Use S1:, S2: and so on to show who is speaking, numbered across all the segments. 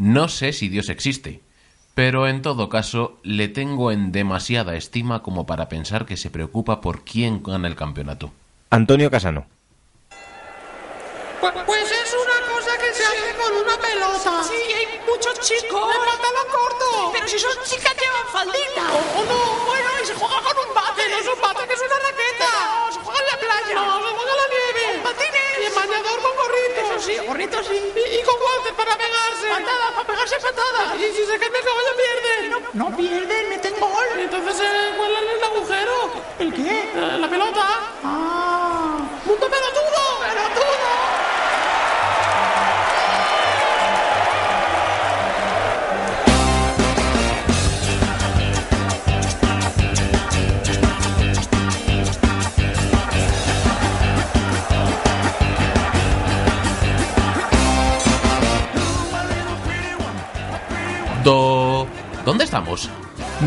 S1: No sé si Dios existe, pero en todo caso le tengo en demasiada estima como para pensar que se preocupa por quién gana el campeonato.
S2: Antonio Casano.
S3: Pues, pues es una cosa que se hace con una pelota.
S4: Sí, hay muchos chicos.
S3: ¡El pantalón corto!
S4: Pero si son chicas llevan faldita.
S3: ¡Oh, no! Bueno, y se juega con un bate. No es un bate, que es una raqueta.
S4: No, se juega en la playa.
S3: No, se juega en la nieve.
S4: Con patines.
S3: Y en bañador con gorritos.
S4: Eso sí, gorritos sí.
S3: Y, y con guantes para pegarse.
S4: Patadas, para pegarse patadas.
S3: Y si se cambia el caballo, pierden.
S4: No, no, pierden, meten gol.
S3: Entonces se cuelan en el agujero.
S4: ¿El qué?
S3: Eh, la pelota.
S4: Ah.
S3: ¡Mundo pelotudo! ¡Pelotudo!
S1: Do... ¿Dónde estamos?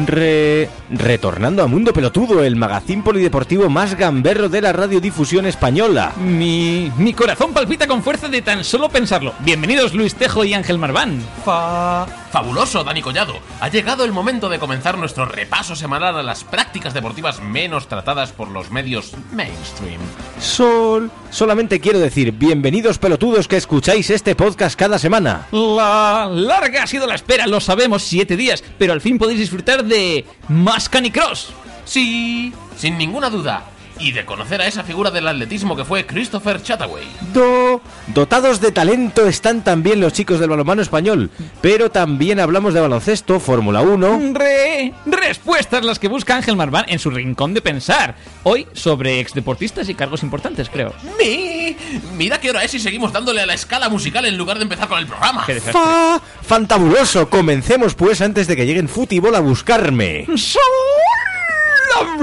S2: Re... Retornando a Mundo Pelotudo, el magazín polideportivo más gamberro de la radiodifusión española.
S5: Mi, mi corazón palpita con fuerza de tan solo pensarlo. Bienvenidos Luis Tejo y este Ángel Marván.
S1: Fa... Fabuloso, Dani Collado. Ha llegado el momento de comenzar nuestro repaso semanal a las prácticas deportivas menos tratadas por los medios mainstream.
S2: Sol, solamente quiero decir, bienvenidos pelotudos que escucháis este podcast cada semana.
S5: La larga ha sido la espera, lo sabemos, siete días, pero al fin podéis disfrutar de más Canicross.
S1: Sí, sin ninguna duda. Y de conocer a esa figura del atletismo que fue Christopher Chataway.
S2: Do- Dotados de talento están también los chicos del balonmano español, pero también hablamos de baloncesto, Fórmula 1.
S5: Re, respuestas las que busca Ángel Marván en su rincón de pensar. Hoy sobre exdeportistas y cargos importantes, creo.
S1: Mi- Mira qué hora es y seguimos dándole a la escala musical en lugar de empezar con el programa.
S5: Qué desastre.
S2: Fa, fantabuloso, comencemos pues antes de que lleguen Futibol a buscarme.
S5: Sol-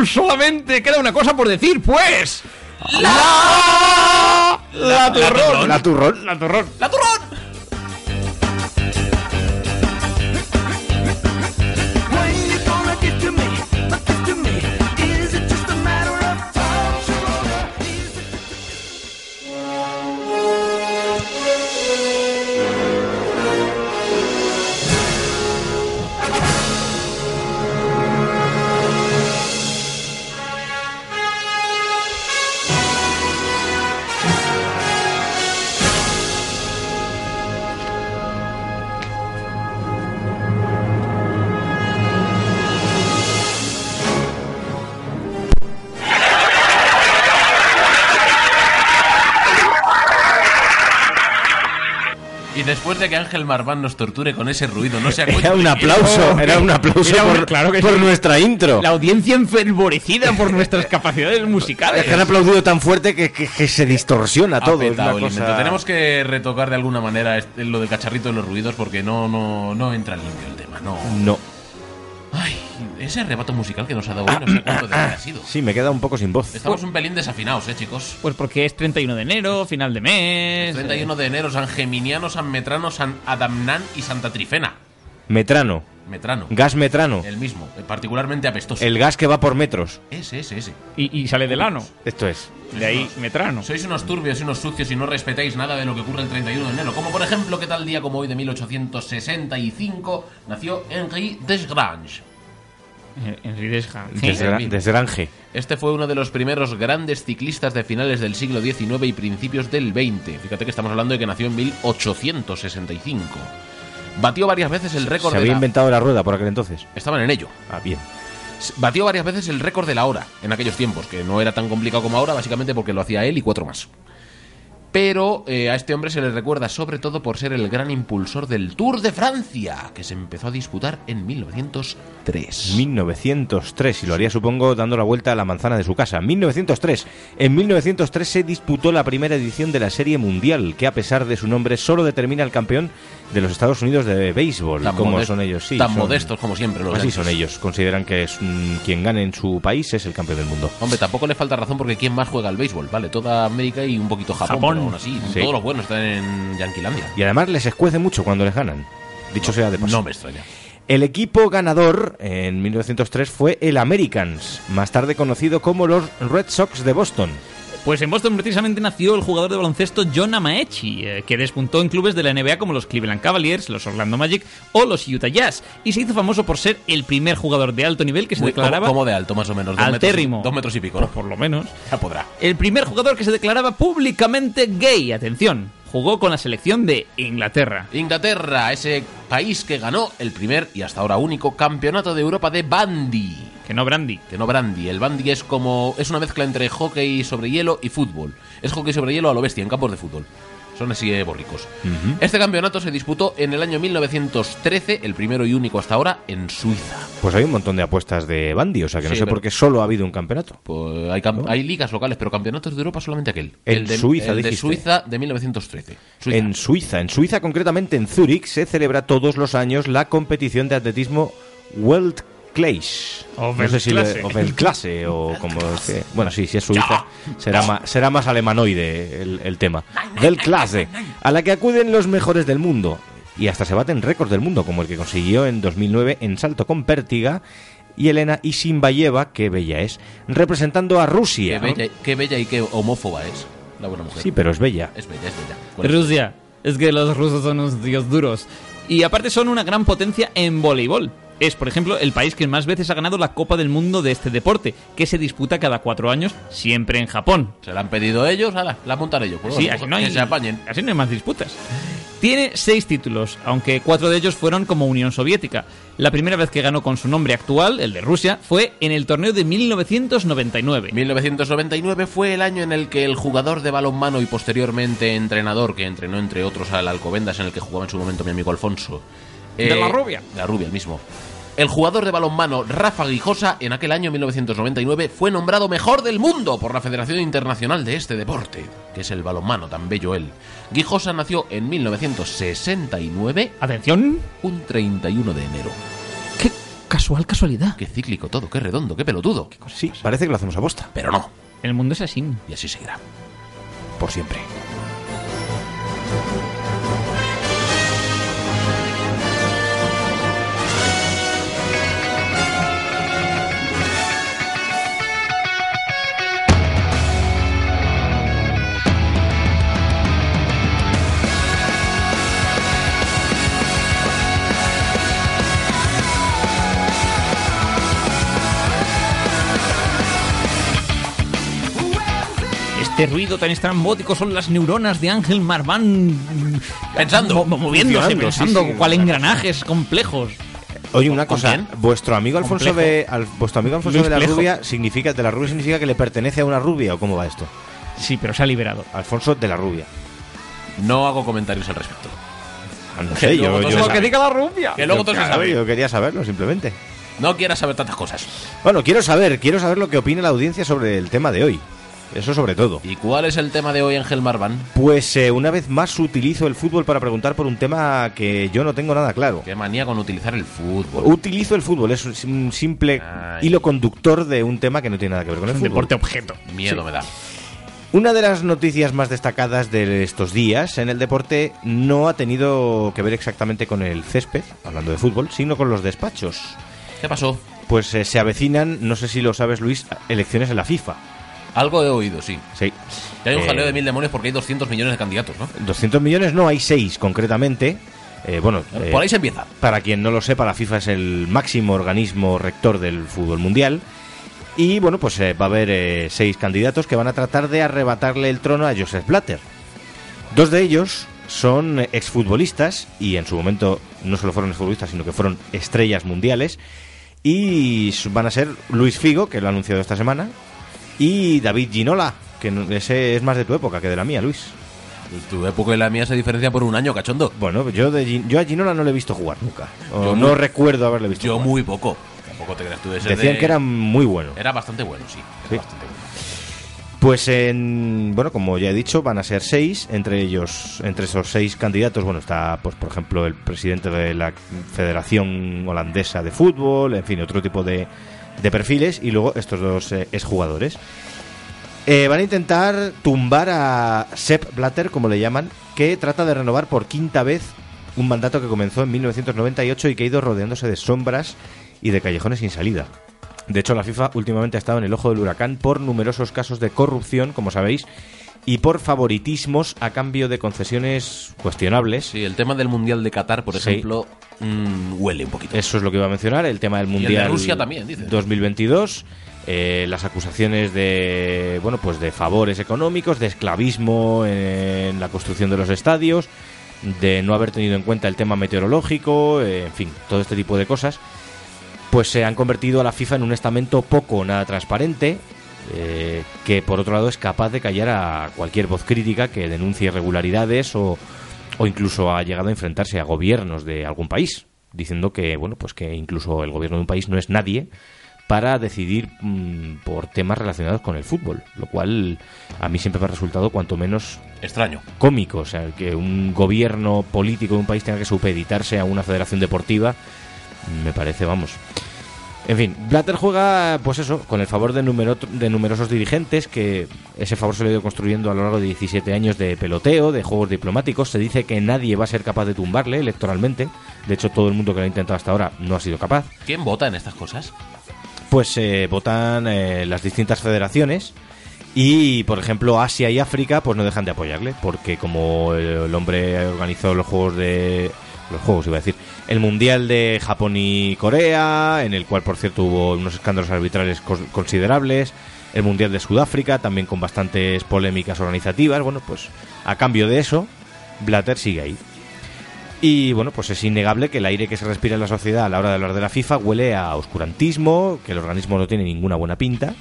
S5: Solamente queda una cosa por decir, pues. La. La, turrón.
S2: La turrón.
S5: La turrón.
S1: ¡La turrón! Y después de que Ángel Marván nos torture con ese ruido, no se acuerda.
S2: Era un aplauso, era un aplauso
S5: Era un-
S2: por,
S5: claro que
S2: por
S5: sí.
S2: nuestra intro.
S5: La audiencia enfervorecida por nuestras capacidades musicales.
S2: Es que han aplaudido tan fuerte que, que- que se distorsiona
S1: Ha
S2: todo. es
S1: petado
S2: una
S1: el
S2: cosa-
S1: invento. Tenemos que retocar de alguna manera este- lo del cacharrito de los ruidos porque no, no, no entra limpio el tema. No.
S2: No.
S1: Ay, ese arrebato musical que nos ha dado hoy no sé cuánto de ha sido.
S2: Sí, me queda un poco sin voz.
S1: Estamos un pelín desafinados, eh, chicos.
S5: Pues porque es 31 de enero, final de mes.
S1: 31 de enero, San Geminiano, San Metrano, San Adamnán y Santa Trifena.
S2: Metrano.
S1: Metrano.
S2: Gas metrano.
S1: El mismo, eh, particularmente apestoso.
S2: El gas que va por metros.
S1: Ese, ese, ese.
S5: Y, y sale del ano.
S2: Esto es.
S5: De ahí Metrano.
S1: Sois unos turbios y unos sucios y no respetáis nada de lo que ocurre el 31 de enero. Como por ejemplo que tal día como hoy de 1865 nació Henri Desgrange.
S5: Eh, Henry Desgan.
S2: Desgra-
S1: Sí.
S2: desgranje.
S1: Este fue uno de los primeros grandes ciclistas de finales del siglo XIX y principios del XX. Fíjate que estamos hablando de que nació en 1865. Batió varias veces el récord
S2: Se
S1: de
S2: había
S1: la...
S2: inventado la rueda por aquel entonces.
S1: Estaban en ello.
S2: Ah, bien.
S1: S- Batió varias veces el récord de la hora en aquellos tiempos, que no era tan complicado como ahora, básicamente porque lo hacía él y cuatro más. Pero eh, a este hombre se le recuerda sobre todo por ser el gran impulsor del Tour de Francia, que se empezó a disputar en 1903.
S2: 1903, y lo haría supongo dando la vuelta a la manzana de su casa. 1903. En 1903 se disputó la primera edición de la Serie Mundial, que a pesar de su nombre solo determina el campeón de los Estados Unidos de béisbol,
S1: Tan
S2: como
S1: modest-
S2: son ellos, sí.
S1: Tan
S2: son-
S1: modestos como siempre los
S2: Así
S1: yankees.
S2: son ellos. Consideran que es mm, quien gane en su país es el campeón del mundo.
S1: Hombre, tampoco le falta razón porque ¿quién más juega al béisbol? Vale, toda América y un poquito Japón,
S5: Japón.
S1: pero aún así,
S2: Sí.
S1: todos los buenos están en Yanquilandia.
S2: Y además les escuece mucho cuando les ganan. Dicho sea de paso.
S1: No me extraña.
S2: El equipo ganador en 1903 fue el Americans, más tarde conocido como los Red Sox de Boston.
S5: Pues en Boston precisamente nació el jugador de baloncesto John Amaechi, eh, que despuntó en clubes de la NBA como los Cleveland Cavaliers, los Orlando Magic o los Utah Jazz, y se hizo famoso por ser el primer jugador de alto nivel que se
S1: Muy-
S5: declaraba
S1: como de alto, más o menos. Dos
S5: altérrimo. Pues
S1: Metros, dos metros y pico, ¿no?
S5: Por lo menos.
S1: Ya podrá.
S5: El primer jugador que se declaraba públicamente gay, atención, jugó con la selección de Inglaterra.
S1: Inglaterra, ese país que ganó el primer y hasta ahora único campeonato de Europa de bandy.
S5: Que no Brandy.
S1: Que no brandy. El bandy es como. Es una mezcla entre hockey sobre hielo y fútbol. Es hockey sobre hielo a lo bestia en campos de fútbol. Son así de borricos. Este campeonato se disputó en el año 1913, el primero y único hasta ahora, en Suiza.
S2: Pues hay un montón de apuestas de bandy, o sea que no
S1: Sí,
S2: sé
S1: pero-
S2: por qué solo ha habido un campeonato.
S1: Pues hay, cam- hay ligas locales, pero campeonatos de Europa solamente aquel.
S2: Oh. En
S1: de,
S2: Suiza,
S1: el de
S2: dijiste.
S1: Suiza de 1913. Suiza.
S2: En Suiza, en Suiza concretamente en Zúrich, se celebra todos los años la competición de atletismo World Clash.
S5: O
S2: No sé si
S5: Weltklasse.
S2: le- o Weltklasse o como se- bueno, sí, si es Suiza será más, será más alemanoide el, el tema. Weltklasse, a la que acuden los mejores del mundo y hasta se baten récords del mundo como el que consiguió en 2009 en salto con pértiga y Elena Isinbayeva, que bella es, representando a
S1: Qué
S2: Rusia.
S1: bella, qué bella y qué homófoba es la buena mujer.
S2: Sí, pero es bella.
S1: Es bella, es bella. Bueno,
S5: Rusia, es que los rusos son unos dios duros. Y aparte son una gran potencia en voleibol. Es, por ejemplo, el país que más veces ha ganado la Copa del Mundo de este deporte, que se disputa cada cuatro años, siempre en Japón.
S1: Se la han pedido ellos, ala, la montan ellos. Pues
S5: Sí,
S1: bueno,
S5: así no hay,
S1: que se apañen.
S5: así no hay más disputas. Tiene seis títulos, aunque cuatro de ellos fueron como Unión Soviética. La primera vez que ganó con su nombre actual, el de Rusia, fue en el torneo de 1999.
S1: 1999 fue el año en el que el jugador de balonmano y posteriormente entrenador, que entrenó entre otros al Alcobendas, en el que jugaba en su momento mi amigo Alfonso. eh,
S5: De la Rubia.
S1: de La rubia, el mismo. El jugador de balonmano Rafa Guijosa, en aquel año 1999, fue nombrado mejor del mundo por la Federación Internacional de este deporte, que es el balonmano, tan bello él. Guijosa nació en 1969,
S5: Atención,
S1: un 31 de enero.
S5: qué casual casualidad.
S1: Qué cíclico todo, qué redondo, qué pelotudo.
S2: Sí, parece que lo hacemos a posta,
S1: Pero no,
S5: El mundo es así.
S1: y así seguirá.
S2: por siempre.
S5: Este ruido tan estrambótico son las neuronas de Ángel Marván mm,
S1: Pensando.
S5: mo- mo- moviéndose,
S2: Funcionando, sí,
S5: pensando
S2: sí,
S5: cual
S2: una
S5: engranajes complejos.
S2: Oye, una
S1: ¿Con
S2: cosa,
S1: quién?
S2: vuestro amigo Alfonso
S5: Complejo.
S2: de al- vuestro amigo Alfonso
S5: Luis
S2: de la
S5: Plejo.
S2: Rubia significa de la Rubia significa que le pertenece a una rubia o cómo va esto?
S5: Sí, pero se ha liberado.
S2: Alfonso de la Rubia.
S1: No hago comentarios al respecto.
S2: Ah, No sé, yo,
S1: luego
S2: yo,
S1: todo se-
S2: yo-
S5: diga la rubia.
S1: Que luego todo se
S2: claro,
S1: sabe.
S2: yo quería saberlo simplemente.
S1: No quieras saber tantas cosas.
S2: Bueno, quiero saber, quiero saber lo que opina la audiencia sobre el tema de hoy. Eso sobre todo.
S1: ¿Y cuál es el tema de hoy, Ángel Marván?
S2: Pues eh, una vez más utilizo el fútbol para preguntar por un tema que yo no tengo nada claro.
S1: Qué manía con utilizar el fútbol.
S2: Utilizo el fútbol, es un un simple
S1: Ay.
S2: hilo conductor de un tema que no tiene nada que ver con el
S5: Un
S2: fútbol.
S5: deporte objeto.
S2: Uh,
S1: Miedo me da.
S2: Una de las noticias más destacadas de estos días en el deporte no ha tenido que ver exactamente con el césped, hablando de fútbol, sino con los despachos.
S1: ¿Qué pasó?
S2: Pues eh, se avecinan, no sé si lo sabes Luis, elecciones en la FIFA.
S1: Algo he oído, sí.
S2: Sí.
S1: Ya hay un
S2: Eh,
S1: jaleo de mil demonios porque hay 200 millones de candidatos, ¿no?
S2: 200 millones, no, hay 6 concretamente. Eh, bueno, eh,
S1: Por ahí se empieza.
S2: Para quien no lo sepa, la FIFA es el máximo organismo rector del fútbol mundial. Y bueno, pues eh, va a haber eh, seis candidatos que van a tratar de arrebatarle el trono a Joseph Blatter. Dos de ellos son eh, exfutbolistas y en su momento no solo fueron exfutbolistas, sino que fueron estrellas mundiales. Y s- van a ser Luis Figo, que lo ha anunciado esta semana, y David Ginola, que no- ese es más de tu época que de la mía, Luis.
S1: Tu época y la mía se diferencian por un año, cachondo.
S2: Bueno, yo, de, Gi- yo a Ginola no le he visto jugar nunca. O
S1: Yo
S2: no
S1: muy-
S2: recuerdo haberle visto
S1: Yo
S2: jugar.
S1: muy poco. Tampoco te creas tú de Eh. ser
S2: Decían
S1: de-
S2: que era muy bueno.
S1: Era bastante bueno, sí. Era
S2: Sí.
S1: bastante bueno.
S2: Pues en, bueno, como ya he dicho, van a ser seis, entre ellos, entre esos seis candidatos, bueno, está, pues por ejemplo, el presidente de la Federación Holandesa de Fútbol, en fin, otro tipo de, de perfiles, y luego estos dos eh, exjugadores. Eh, van a intentar tumbar a Sepp Blatter, como le llaman, que trata de renovar por quinta vez un mandato que comenzó en 1998 y que ha ido rodeándose de sombras y de callejones sin salida. De hecho, la FIFA últimamente ha estado en el ojo del huracán por numerosos casos de corrupción, como sabéis, y por favoritismos a cambio de concesiones cuestionables.
S1: Sí, el tema del Mundial de Qatar, por
S2: Sí. Eh.
S1: ejemplo, mm, huele un poquito.
S2: Eso es lo que iba a mencionar, el tema del
S1: de
S2: Mundial
S1: Rusia también, dice.
S2: 2022, eh, las acusaciones de bueno, pues de favores económicos, de esclavismo en la construcción de los estadios, de no haber tenido en cuenta el tema meteorológico, eh, en fin, todo este tipo de cosas, pues se han convertido a la FIFA en un estamento poco o nada transparente. eh, que por otro lado es capaz de callar a cualquier voz crítica que denuncie irregularidades o, o incluso ha llegado a enfrentarse a gobiernos de algún país, diciendo que bueno, pues que incluso el gobierno de un país no es nadie para decidir mm, por temas relacionados con el fútbol, lo cual a mí siempre me ha resultado cuanto menos
S1: Extraño.
S2: cómico, o sea, que un gobierno político de un país tenga que supeditarse a una federación deportiva, me parece, vamos. En fin, Blatter juega, pues eso, con el favor de, numero- de numerosos dirigentes, que ese favor se lo ha ido construyendo a lo largo de 17 años de peloteo, de juegos diplomáticos. Se dice que nadie va a ser capaz de tumbarle electoralmente. De hecho, todo el mundo que lo ha intentado hasta ahora no ha sido capaz
S1: ¿Quién vota en estas cosas?
S2: pues eh, votan eh, las distintas federaciones y por ejemplo Asia y África pues no dejan de apoyarle porque como el, el hombre organizó los juegos de los juegos iba a decir el mundial de Japón y Corea en el cual por cierto hubo unos escándalos arbitrales cos- considerables el mundial de Sudáfrica también con bastantes polémicas organizativas bueno pues a cambio de eso Blatter sigue ahí y bueno, pues es innegable que el aire que se respira en la sociedad a la hora de hablar de la FIFA huele a oscurantismo, que el organismo no tiene ninguna buena pinta.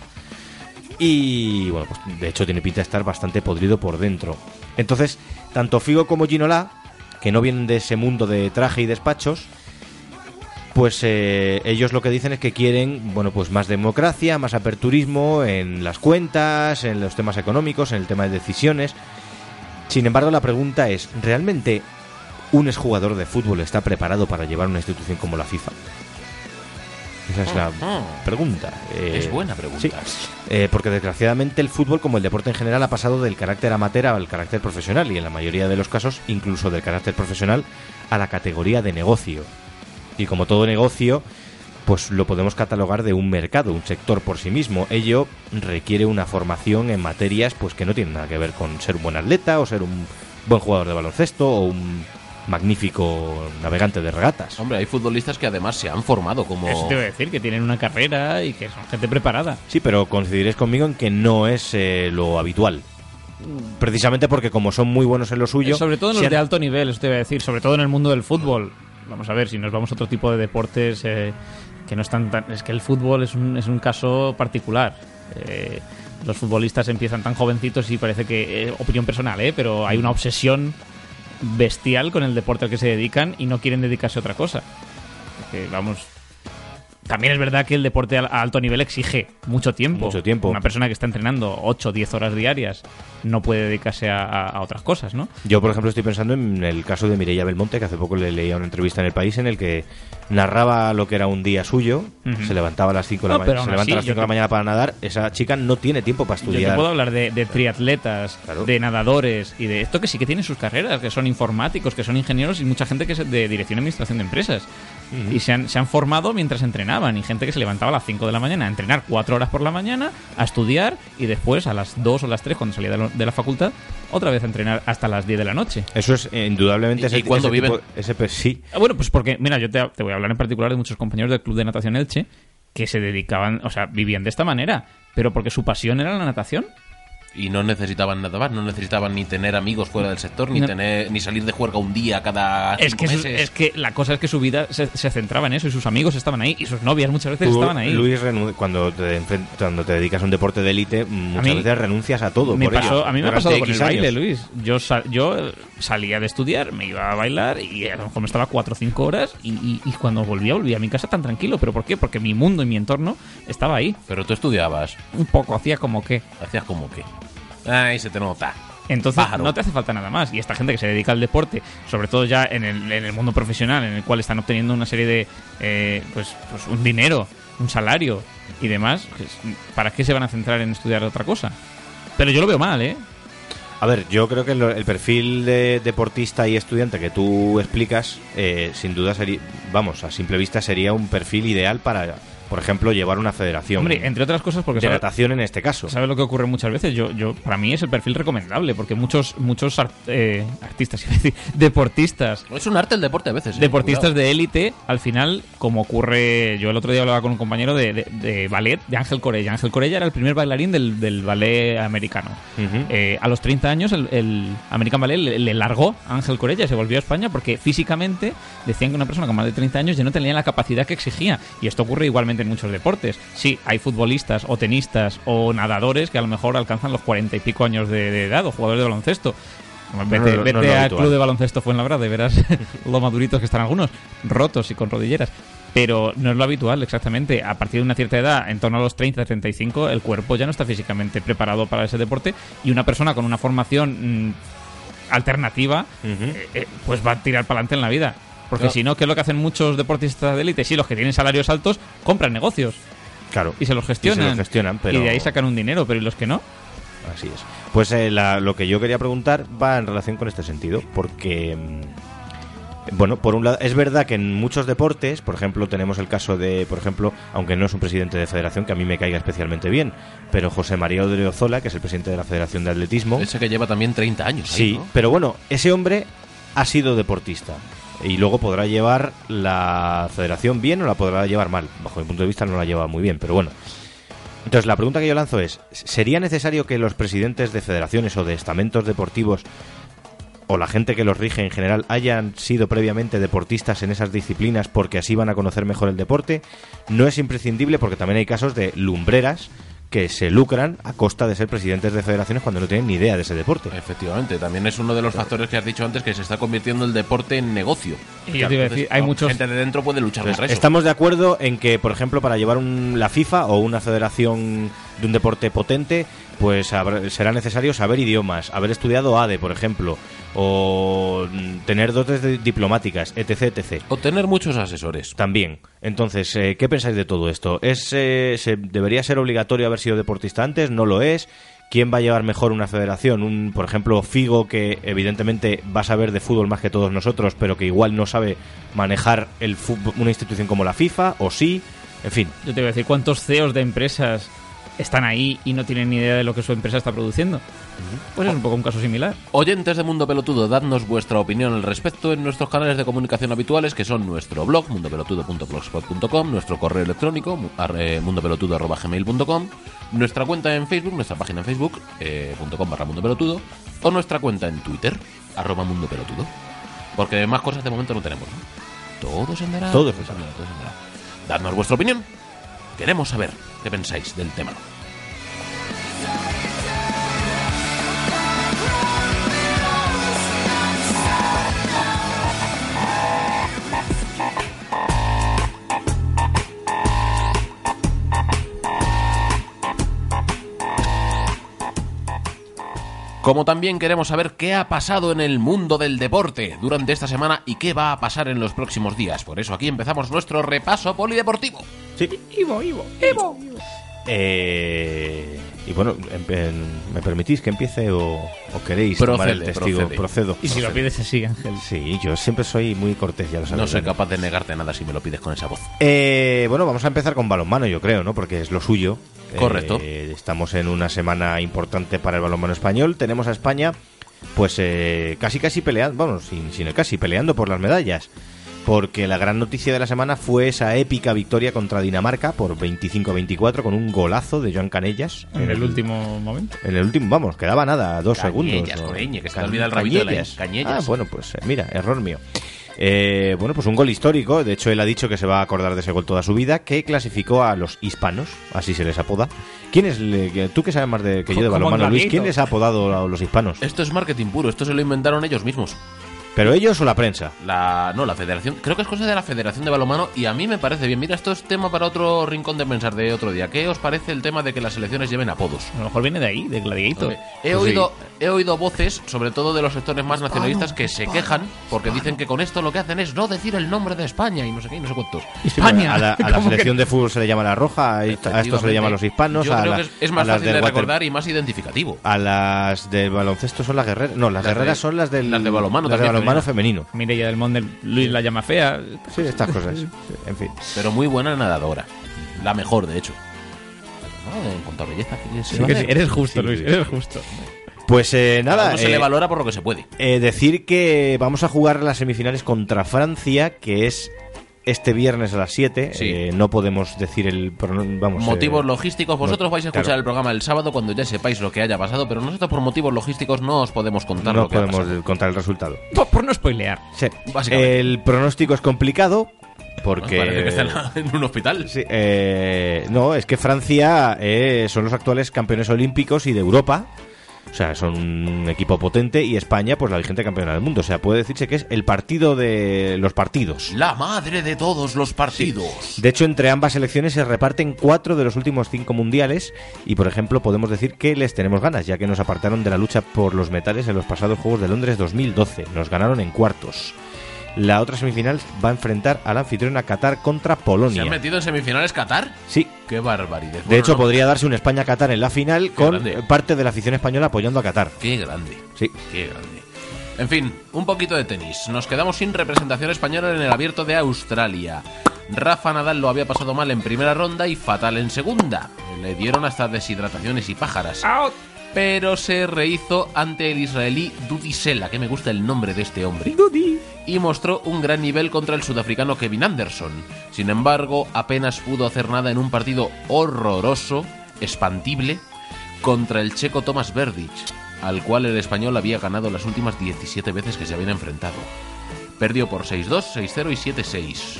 S2: Y bueno, pues de hecho tiene pinta de estar bastante podrido por dentro. Entonces, tanto Figo como Ginola, que no vienen de ese mundo de traje y despachos, pues eh, ellos lo que dicen es que quieren, bueno, pues más democracia, más aperturismo en las cuentas, en los temas económicos, en el tema de decisiones. Sin embargo, la pregunta es, ¿realmente un exjugador de fútbol está preparado para llevar una institución como la FIFA? Esa es la pregunta. Eh,
S1: Ah, es buena pregunta.
S2: sí. Eh, porque desgraciadamente el fútbol, como el deporte en general, ha pasado del carácter amateur al carácter profesional y en la mayoría de los casos, incluso del carácter profesional, a la categoría de negocio. Y como todo negocio, pues lo podemos catalogar de un mercado, un sector por sí mismo. Ello requiere una formación en materias pues que no tienen nada que ver con ser un buen atleta o ser un buen jugador de baloncesto o un magnífico navegante de regatas.
S1: Hombre, hay futbolistas que además se han formado como...
S5: Eso te iba a decir, que tienen una carrera y que son gente preparada.
S2: Sí, pero coincidiréis conmigo en que no es eh, lo habitual. Precisamente porque como son muy buenos en lo suyo...
S5: Eh, Sobre todo en
S2: se
S5: los
S2: han-
S5: de alto nivel, eso te iba a decir, sobre todo en el mundo del fútbol. Vamos a ver, si nos vamos a otro tipo de deportes eh, que no están tan... Es que el fútbol es un, es un caso particular. Eh, los futbolistas empiezan tan jovencitos y parece que, eh, opinión personal, ¿eh? pero hay una obsesión bestial con el deporte al que se dedican y no quieren dedicarse a otra cosa. Que, vamos... También es verdad que el deporte al- a alto nivel exige mucho tiempo.
S2: Mucho tiempo.
S5: Una persona que está entrenando 8 o 10 horas diarias no puede dedicarse a- a- a otras cosas, ¿no?
S2: Yo, por ejemplo, estoy pensando en el caso de Mireia Belmonte, que hace poco le leía una entrevista en El País en el que narraba lo que era un día suyo,
S5: Ujú.
S2: se levantaba a las 5 de la,
S5: No,
S2: ma-
S5: pero aún
S2: se levanta
S5: así,
S2: a las
S5: yo
S2: cinco de la
S5: te-
S2: mañana para nadar. Esa chica no tiene tiempo para
S5: Yo te
S2: estudiar.
S5: puedo hablar de, de triatletas,
S2: Claro.
S5: de nadadores y de esto que sí que tienen sus carreras, que son informáticos, que son ingenieros y mucha gente que es de dirección y administración de empresas. Y se han, se han formado mientras entrenaban y gente que se levantaba a las 5 de la mañana a entrenar 4 horas por la mañana, a estudiar y después a las 2 o las 3 cuando salía de, lo- de la facultad otra vez a entrenar hasta las 10 de la noche.
S2: Eso es eh, indudablemente
S1: ¿Y-
S2: ese,
S1: y cuándo
S2: ese
S1: viven?
S2: tipo- ese pe- sí.
S5: Ah, Bueno, pues porque, mira, yo te, te voy a hablar en particular de muchos compañeros del Club de Natación Elche que se dedicaban, o sea, vivían de esta manera, pero porque su pasión era la natación.
S1: Y no necesitaban nada más, no necesitaban ni tener amigos fuera del sector, ni
S5: No.
S1: tener ni salir de juerga un día cada
S5: Es
S1: cinco
S5: que, su-
S1: meses.
S5: es que la cosa es que su vida se, se centraba en eso y sus amigos estaban ahí y sus novias muchas veces
S2: Tú,
S5: estaban ahí.
S2: Luis, renun- cuando te, enfren- cuando te dedicas a un deporte de élite, muchas
S5: mí-
S2: veces renuncias a todo.
S5: Me
S2: por
S5: pasó-
S2: ello,
S5: a mí me ha
S2: durante
S5: pasado con el
S2: X
S5: baile,
S2: años.
S5: Luis. Yo, sa- yo eh, salía de estudiar, me iba a bailar y a lo mejor me estaba cuatro o cinco horas y, y- y cuando volvía, volvía a mi casa tan tranquilo. ¿Pero por qué? Porque mi mundo y mi entorno estaba ahí.
S1: Pero tú estudiabas,
S5: Un poco, hacía como que.
S1: hacías como que. Ay, se te nota.
S5: Entonces
S1: Pájaro.
S5: no te hace falta nada más. Y esta gente que se dedica al deporte, sobre todo ya en el, en el mundo profesional, en el cual están obteniendo una serie de, eh, pues, pues un dinero, un salario y demás, pues, ¿para qué se van a centrar en estudiar otra cosa? Pero yo lo veo mal, ¿eh?
S2: A ver, yo creo que lo- el perfil de deportista y estudiante que tú explicas, eh, sin duda, sería, vamos, a simple vista sería un perfil ideal para, por ejemplo, llevar una federación
S5: Hombre, entre otras cosas porque...
S2: de
S5: sabe-
S2: natación en este caso.
S5: ¿Sabes lo que ocurre muchas veces? Yo, yo, para mí es el perfil recomendable, porque muchos, muchos ar- eh, artistas, iba a decir, deportistas,
S1: Es un arte el deporte a veces. ¿eh?
S5: deportistas
S1: Cuidado.
S5: de élite, al final, como ocurre, yo el otro día hablaba con un compañero de, de- de ballet, de Ángel Corella. Ángel Corella era el primer bailarín del, del ballet americano.
S2: Ujú.
S5: Eh, a los 30 años el, el American Ballet le, le largó a Ángel Corella, se volvió a España porque físicamente decían que una persona con más de 30 años ya no tenía la capacidad que exigía. Y esto ocurre igualmente en muchos deportes. Sí, hay futbolistas o tenistas o nadadores que a lo mejor alcanzan los 40 y pico años de, de edad o jugadores de baloncesto. Vete,
S2: no es
S5: vete
S2: lo
S5: al
S2: habitual.
S5: club de baloncesto Fuenlabrada y verás lo maduritos que están algunos, rotos y con rodilleras. Pero no es lo habitual, exactamente. A partir de una cierta edad, en torno a los 30, 35, el cuerpo ya no está físicamente preparado para ese deporte y una persona con una formación mm, alternativa,
S2: Ujú.
S5: eh, eh, pues va a tirar para adelante en la vida. Porque
S1: Claro.
S5: si no, ¿qué es lo que hacen muchos deportistas de élite? Sí, los que tienen salarios altos compran negocios
S2: Claro.
S5: y se los gestionan.
S2: los gestionan, pero-
S5: Y de ahí sacan un dinero, pero ¿y los que no?
S2: Así es. Pues eh, la- lo que yo quería preguntar va en relación con este sentido, porque, mm, bueno, por un lado, es verdad que en muchos deportes, por ejemplo, tenemos el caso de, por ejemplo, aunque no es un presidente de federación que a mí me caiga especialmente bien, pero José María Odriozola, que es el presidente de la Federación de Atletismo,
S1: Ese que lleva también 30 años. ahí,
S2: sí,
S1: ¿no?
S2: pero bueno, ese hombre ha sido deportista. Y luego podrá llevar la federación bien o la podrá llevar mal. Bajo mi punto de vista no la lleva muy bien, pero bueno. Entonces, la pregunta que yo lanzo es, ¿sería necesario que los presidentes de federaciones o de estamentos deportivos o la gente que los rige en general hayan sido previamente deportistas en esas disciplinas porque así van a conocer mejor el deporte? No es imprescindible porque también hay casos de lumbreras que se lucran a costa de ser presidentes de federaciones cuando no tienen ni idea de ese deporte.
S1: Efectivamente, también es uno de los factores que has dicho antes que se está convirtiendo el deporte en negocio.
S5: Y yo te iba a decir, hay
S1: la
S5: muchos- Pues
S1: gente de dentro puede luchar contra eso.
S2: Estamos de acuerdo en que, por ejemplo, para llevar un- la FIFA o una federación de un deporte potente, pues habrá- será necesario saber idiomas, haber estudiado ADE, por ejemplo, o mm, tener dotes de- diplomáticas, etc, etc.
S1: O tener muchos asesores.
S2: También. Entonces, eh, ¿qué pensáis de todo esto? ¿Es, eh, se, ¿Debería ser obligatorio haber sido deportista antes? ¿No lo es? ¿Quién va a llevar mejor una federación? Un, por ejemplo, Figo, que evidentemente va a saber de fútbol más que todos nosotros, pero que igual no sabe manejar el fútbol- una institución como la FIFA, o sí. En fin,
S5: Yo te voy a decir, ¿cuántos CEOs de empresas están ahí y no tienen ni idea de lo que su empresa está produciendo? Pues es un poco un caso similar.
S1: Oyentes de Mundo Pelotudo, dadnos vuestra opinión al respecto en nuestros canales de comunicación habituales, que son nuestro blog, mundopelotudo.blogspot.com, nuestro correo electrónico, mu- ar- eh, mundopelotudo.gmail.com, nuestra cuenta en Facebook, nuestra página en facebook, eh, punto com barra mundopelotudo, o nuestra cuenta en Twitter, arroba mundopelotudo. Porque más cosas de momento no tenemos, ¿no? Todo se andará.
S2: Todo se
S1: se andará, todo se andará. Dadnos vuestra opinión. Queremos saber qué pensáis del tema. Como también queremos saber qué ha pasado en el mundo del deporte durante esta semana y qué va a pasar en los próximos días. Por eso aquí empezamos nuestro repaso polideportivo.
S2: eh, y bueno, em- em, ¿me permitís que empiece o, o queréis tomar el
S1: Procede,
S2: testigo?
S1: procede.
S2: Procedo.
S5: Y si lo pides así, Ángel.
S2: Sí, yo siempre soy muy cortés, ya lo sabéis.
S1: No soy capaz de negarte nada si me lo pides con esa voz.
S2: Eh, bueno, vamos a empezar con balonmano, yo creo, ¿no? Porque es lo suyo.
S1: Correcto.
S2: Eh, estamos en una semana importante para el balonmano español. Tenemos a España, pues eh, casi casi peleando, vamos, sin, sin el casi, peleando por las medallas. porque la gran noticia de la semana fue esa épica victoria contra Dinamarca por 25-24 con un golazo de Joan Canellas
S5: En el último momento.
S2: En el último, vamos, quedaba nada, dos
S1: Cañellas,
S2: segundos.
S1: con ñ, que se te
S2: Ca-
S1: olvida el rabito de la ñ.
S2: Cañellas.
S1: Cañellas.
S2: Ah, bueno, pues eh, mira, error mío. Eh, bueno, pues un gol histórico. De hecho, él ha dicho que se va a acordar de ese gol toda su vida, que clasificó a los hispanos, así se les apoda. ¿Quién es, le- que- tú que sabes más de, que yo de
S5: Como
S2: balonmano, Luis,
S5: Gabito.
S2: quién les ha apodado a los hispanos?
S1: Esto es marketing puro, esto se lo inventaron ellos mismos.
S2: ¿Pero ellos o la prensa?
S1: La, no, la federación, creo que es cosa de la federación de balomano y a mí me parece bien. Mira, esto es tema para otro rincón de pensar de otro día. ¿Qué os parece el tema de que las selecciones lleven apodos?
S5: A lo mejor viene de ahí, de Gladiator. Pues
S1: Hombre,
S2: pues
S1: He oído, he oído voces, sobre todo de los sectores más nacionalistas, que se quejan porque dicen que con esto lo que hacen es no decir el nombre de España y no sé qué y no sé cuántos.
S5: España.
S2: A la, a la
S5: ¿Cómo que-
S2: selección de fútbol se le llama la roja, a esto se le llama los hispanos,
S1: Yo
S2: a,
S1: creo
S2: la-
S1: que es, es
S2: a
S1: más
S2: las
S1: fácil
S2: del
S1: de
S2: water-
S1: recordar y más identificativo.
S2: A las del baloncesto son las guerreras. No,
S1: Las
S2: las,
S1: de-
S2: guerreras son las del.
S1: las de balonmano
S2: las de
S1: también
S2: balonmano femenino.
S5: Mireia del Monde, Luis la llama fea.
S2: Sí, estas cosas. Sí, En fin.
S1: Pero muy buena nadadora. La mejor, de hecho. No, en cuanto a belleza, ¿qué se
S5: Sí
S1: va a
S5: que sí,
S1: hacer?
S5: eres justo,
S2: Sí,
S5: Luis,
S2: sí.
S5: eres justo.
S2: Pues eh,
S1: Cada
S2: nada.
S1: uno se le
S2: eh,
S1: valora por lo que se puede.
S2: eh, decir que vamos a jugar las semifinales contra Francia, que es este viernes a las 7.
S1: Sí.
S2: Eh, no podemos decir el. prono- Vamos,
S1: Motivos
S2: eh,
S1: logísticos, vosotros
S2: no,
S1: vais a escuchar
S2: claro.
S1: el programa el sábado cuando ya sepáis lo que haya pasado, pero nosotros por motivos logísticos no os podemos contar
S2: No
S1: lo que ha pasado.
S2: podemos contar el resultado.
S5: Por, por no spoilear.
S2: Sí.
S1: Básicamente.
S2: El pronóstico es complicado porque.
S1: Parece que está en la- en un hospital.
S2: Sí, eh, no, es que Francia eh, son los actuales campeones olímpicos y de Europa. O sea, son un equipo potente y España, pues la vigente campeona del mundo. O sea, puede decirse que es el partido de los partidos.
S1: La madre de todos los partidos.
S2: De hecho, entre ambas selecciones se reparten cuatro de los últimos cinco mundiales y, por ejemplo, podemos decir que les tenemos ganas, ya que nos apartaron de la lucha por los metales en los pasados Juegos de Londres 2012. Nos ganaron en cuartos. La otra semifinal va a enfrentar al anfitriona Qatar contra
S1: ¿Se
S2: Polonia.
S1: han metido en semifinales Qatar?
S2: Sí,
S1: ¡Qué barbaridad!
S2: De
S1: Bueno,
S2: hecho,
S1: no,
S2: podría darse un España-Qatar en la final con
S1: grande.
S2: parte de la afición española apoyando a Qatar.
S1: ¡Qué grande!
S2: Sí.
S1: ¡Qué grande! En fin, un poquito de tenis. Nos quedamos sin representación española en el abierto de Australia. Rafa Nadal lo había pasado mal en primera ronda y fatal en segunda. Le dieron hasta deshidrataciones y pájaras. Pero se rehizo ante el israelí Dudisela, que me gusta el nombre de este hombre. y mostró un gran nivel contra el sudafricano Kevin Anderson. Sin embargo, apenas pudo hacer nada en un partido horroroso, espantible, contra el checo Tomás Verdic, al cual el español había ganado las últimas 17 veces que se habían enfrentado. Perdió por 6-2, 6-0 y 7-6.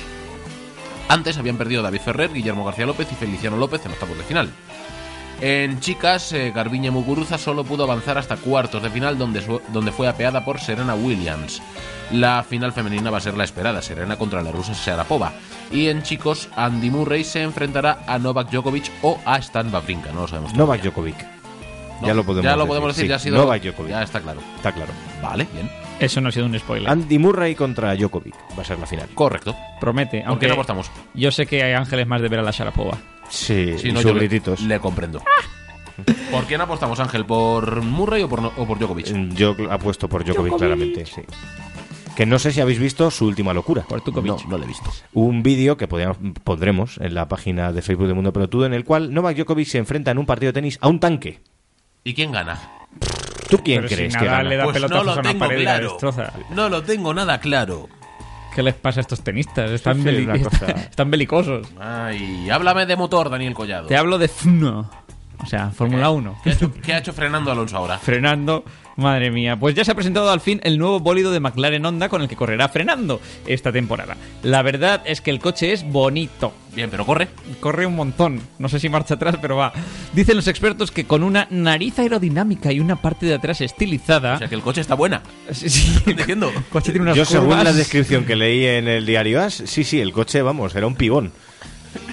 S1: Antes habían perdido David Ferrer, Guillermo García López y Feliciano López en octavos de final. En chicas, eh, Garbiñe Muguruza solo pudo avanzar hasta cuartos de final, donde, su- donde fue apeada por Serena Williams. La final femenina va a ser la esperada, Serena contra la rusa Sharapova. Y en chicos, Andy Murray se enfrentará a Novak Djokovic o a Stan Wawrinka, no lo sabemos.
S2: Novak Djokovic.
S1: No,
S2: ya lo podemos
S1: ya
S2: decir.
S1: decir,
S2: Sí,
S1: ya ha sido.
S2: Novak Djokovic.
S1: Ya está claro.
S2: Está claro.
S1: Vale, bien.
S5: Eso no ha sido un spoiler.
S2: Andy Murray contra Djokovic va a ser la final.
S1: Correcto.
S5: Promete,
S1: Aunque
S5: aunque
S1: no apostamos.
S5: yo sé que hay ángeles más de ver a la Sharapova.
S2: Sí,
S1: Si
S2: y
S1: no,
S2: sus
S1: yo le,
S2: grititos.
S1: le comprendo. ¿Por quién apostamos, Ángel? ¿Por Murray o por, no- o por Djokovic?
S2: Mm, Yo apuesto por Djokovic, claramente. Sí. Que no sé si habéis visto su última locura.
S5: Por tu comicho.
S1: No, no le he visto.
S2: Un vídeo que podíamos- pondremos en la página de Facebook de Mundo Pelotudo en el cual Novak Djokovic se enfrenta en un partido de tenis a un tanque.
S1: ¿Y quién gana? Pues
S2: ¿Tú quién
S5: Pero si
S2: crees que
S5: Nadal
S2: gana?
S5: le da pelotazos a una pared y la destroza.
S1: No lo tengo nada claro.
S5: ¿Qué les pasa a estos tenistas? Están,
S2: sí,
S5: beli-
S2: una cosa.
S5: están belicosos.
S1: Ay, háblame de motor, Daniel Collado.
S5: Te hablo de F1. O sea, Fórmula 1.
S1: ¿Qué ha, hecho, qué ha hecho Fernando Alonso ahora?
S5: Frenando. Madre mía, pues ya se ha presentado al fin el nuevo bólido de McLaren Honda con el que correrá Frenando esta temporada. La verdad es que el coche es bonito,
S1: Bien, pero corre.
S5: corre un montón. No sé si marcha atrás, pero va. Dicen los expertos que con una nariz aerodinámica y una parte de atrás estilizada.
S1: O sea que el coche está buena.
S5: Sí, sí.
S1: ¿Estás diciendo?
S5: El coche tiene unas
S2: Yo, según
S5: curvas.
S2: la descripción que leí en el diario As, sí, sí, el coche, vamos, era un pibón.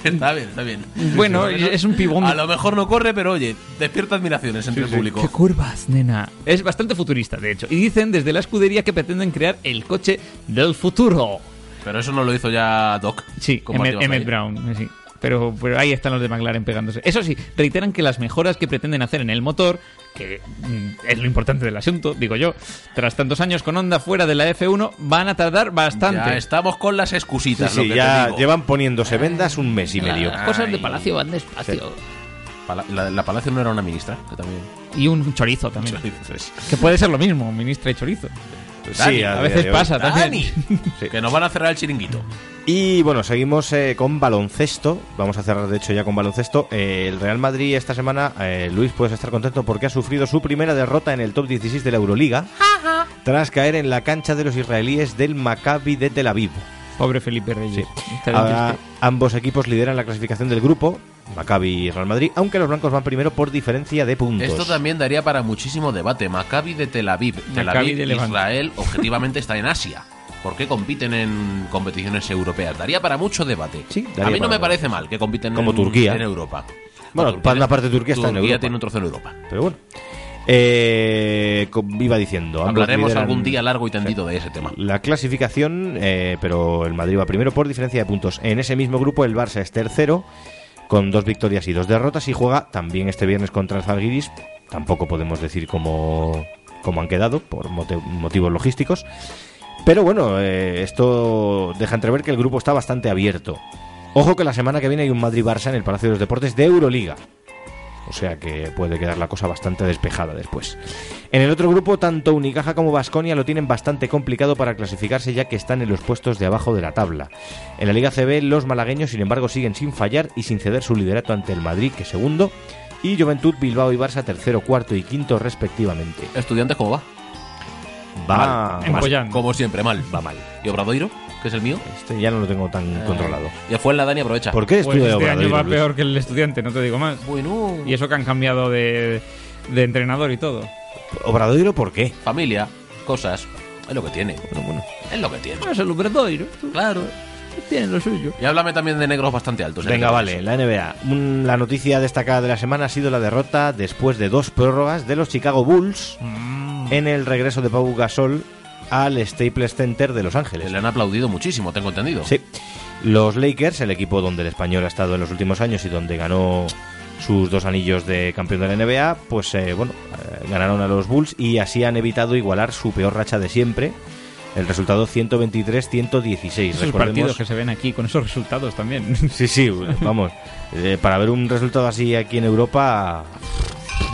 S1: Está bien, está bien.
S5: Bueno, es un pibón.
S1: A lo mejor no corre, pero oye, despierta admiraciones entre el
S5: ¡Qué
S1: público.
S5: curvas, nena! Es bastante futurista, de hecho. Y dicen desde la escudería que pretenden crear el coche del futuro.
S1: Pero eso no lo hizo ya Doc.
S5: Sí,
S1: Con
S5: Emmett,
S1: Marty
S5: Emmett
S1: McFly.
S5: Brown, sí. Pero, pero ahí están los de McLaren pegándose. Eso sí, reiteran que las mejoras que pretenden hacer en el motor, que mm, es lo importante del asunto, digo yo, tras tantos años con Honda fuera de la F1, van a tardar
S1: Ya
S5: bastante.
S1: estamos con las excusitas.
S2: Sí,
S1: lo que te
S2: ya
S1: digo. Ah,
S2: llevan poniéndose vendas un mes y medio.
S5: Las cosas de
S1: Ay.
S5: Palacio van despacio.
S1: Pala- la, la Palacio no era una ministra, que también.
S2: Ah,
S5: Y un chorizo también.
S1: Chorizo, es.
S5: Que puede ser lo mismo, ministra y chorizo.
S2: Sí,
S5: a
S2: día
S5: veces
S2: de hoy.
S5: pasa
S1: Dani,
S5: también.
S2: Sí.
S1: que nos van a cerrar el chiringuito.
S2: Y bueno, seguimos eh, con baloncesto. Vamos a cerrar, de hecho, ya con baloncesto. Eh, el Real Madrid esta semana, eh, Luis, puedes estar contento porque ha sufrido su primera derrota en el top 16 de la Euroliga tras caer en la cancha de los israelíes del Maccabi de Tel Aviv.
S5: Pobre Felipe Reyes.
S2: Sí.
S5: Está bien
S2: Ahora,
S5: triste.
S2: ambos equipos lideran la clasificación del grupo, Maccabi y Real Madrid, aunque los blancos van primero por diferencia de puntos.
S1: Esto también daría para muchísimo debate. Maccabi de Tel Aviv. Tel
S5: Maccabi
S1: Aviv,
S5: de Levante.
S1: Israel, objetivamente está en Asia. ¿Por qué compiten en competiciones europeas? Daría para mucho debate.
S2: Sí, daría
S1: a mí no
S2: para
S1: me
S2: debate.
S1: parece mal que compiten
S2: Como
S1: en,
S2: Turquía.
S1: en Europa.
S2: Bueno,
S1: Turquía-
S2: para una parte de Turquía está en Europa.
S1: tiene un trozo en Europa.
S2: Pero bueno. Eh, co- iba diciendo. ambos
S1: Hablaremos
S2: lideran-
S1: algún día largo y tendido de ese tema.
S2: La clasificación, eh, pero el Madrid va primero por diferencia de puntos. En ese mismo grupo el Barça es tercero, con dos victorias y dos derrotas, y juega también este viernes contra el Zalgiris. Tampoco podemos decir cómo, cómo han quedado, por mote- motivos logísticos. Pero bueno, eh, esto deja entrever que el grupo está bastante abierto. Ojo que la semana que viene hay un Madrid-Barça en el Palacio de los Deportes de Euroliga. O sea que puede quedar la cosa bastante despejada después. En el otro grupo, tanto Unicaja como Vasconia lo tienen bastante complicado para clasificarse ya que están en los puestos de abajo de la tabla. En la Liga CB, los malagueños, sin embargo, siguen sin fallar y sin ceder su liderato ante el Madrid, que es segundo, y Juventud, Bilbao y Barça, tercero, cuarto y quinto, respectivamente.
S1: Estudiantes, ¿cómo va?
S2: Va
S5: Mal. Empollando.
S1: Como siempre, mal.
S2: Va mal.
S1: ¿Y Obradoiro, que es el mío?
S2: Este ya no lo tengo tan controlado.
S1: Ya fue en la Dani, aprovecha.
S2: ¿Por qué
S5: Ah. Pues
S2: estudio de
S5: este año
S2: Obradoiro,
S5: va
S2: Luis?
S5: peor que el estudiante, no te digo más.
S1: Bueno,
S5: Y eso que han cambiado de, de entrenador y todo.
S2: ¿Obradoiro por qué?
S1: familia, cosas. Es lo que tiene.
S2: Bueno, bueno.
S1: Es lo que tiene.
S5: Es el Obradoiro.
S1: Claro.
S5: Tiene lo suyo.
S1: Y háblame también de negros bastante
S5: Pues
S1: altos. ¿eh?
S2: Venga, vale, la NBA. Mm, La noticia destacada de la semana ha sido la derrota después de dos prórrogas de los Chicago Bulls
S5: Mm.
S2: en el regreso de Pau Gasol al Staples Center de Los
S1: Que
S2: Ángeles.
S1: Le han aplaudido muchísimo, tengo entendido.
S2: Sí. Los Lakers, el equipo donde el español ha estado en los últimos años y donde ganó sus dos anillos de campeón de la NBA, pues eh, bueno, eh, ganaron a los Bulls y así han evitado igualar su peor racha de siempre. El resultado 123-116.
S5: Esos partidos que se ven aquí con esos resultados también.
S2: Sí, sí, vamos. Eh, para ver un resultado así aquí en Europa,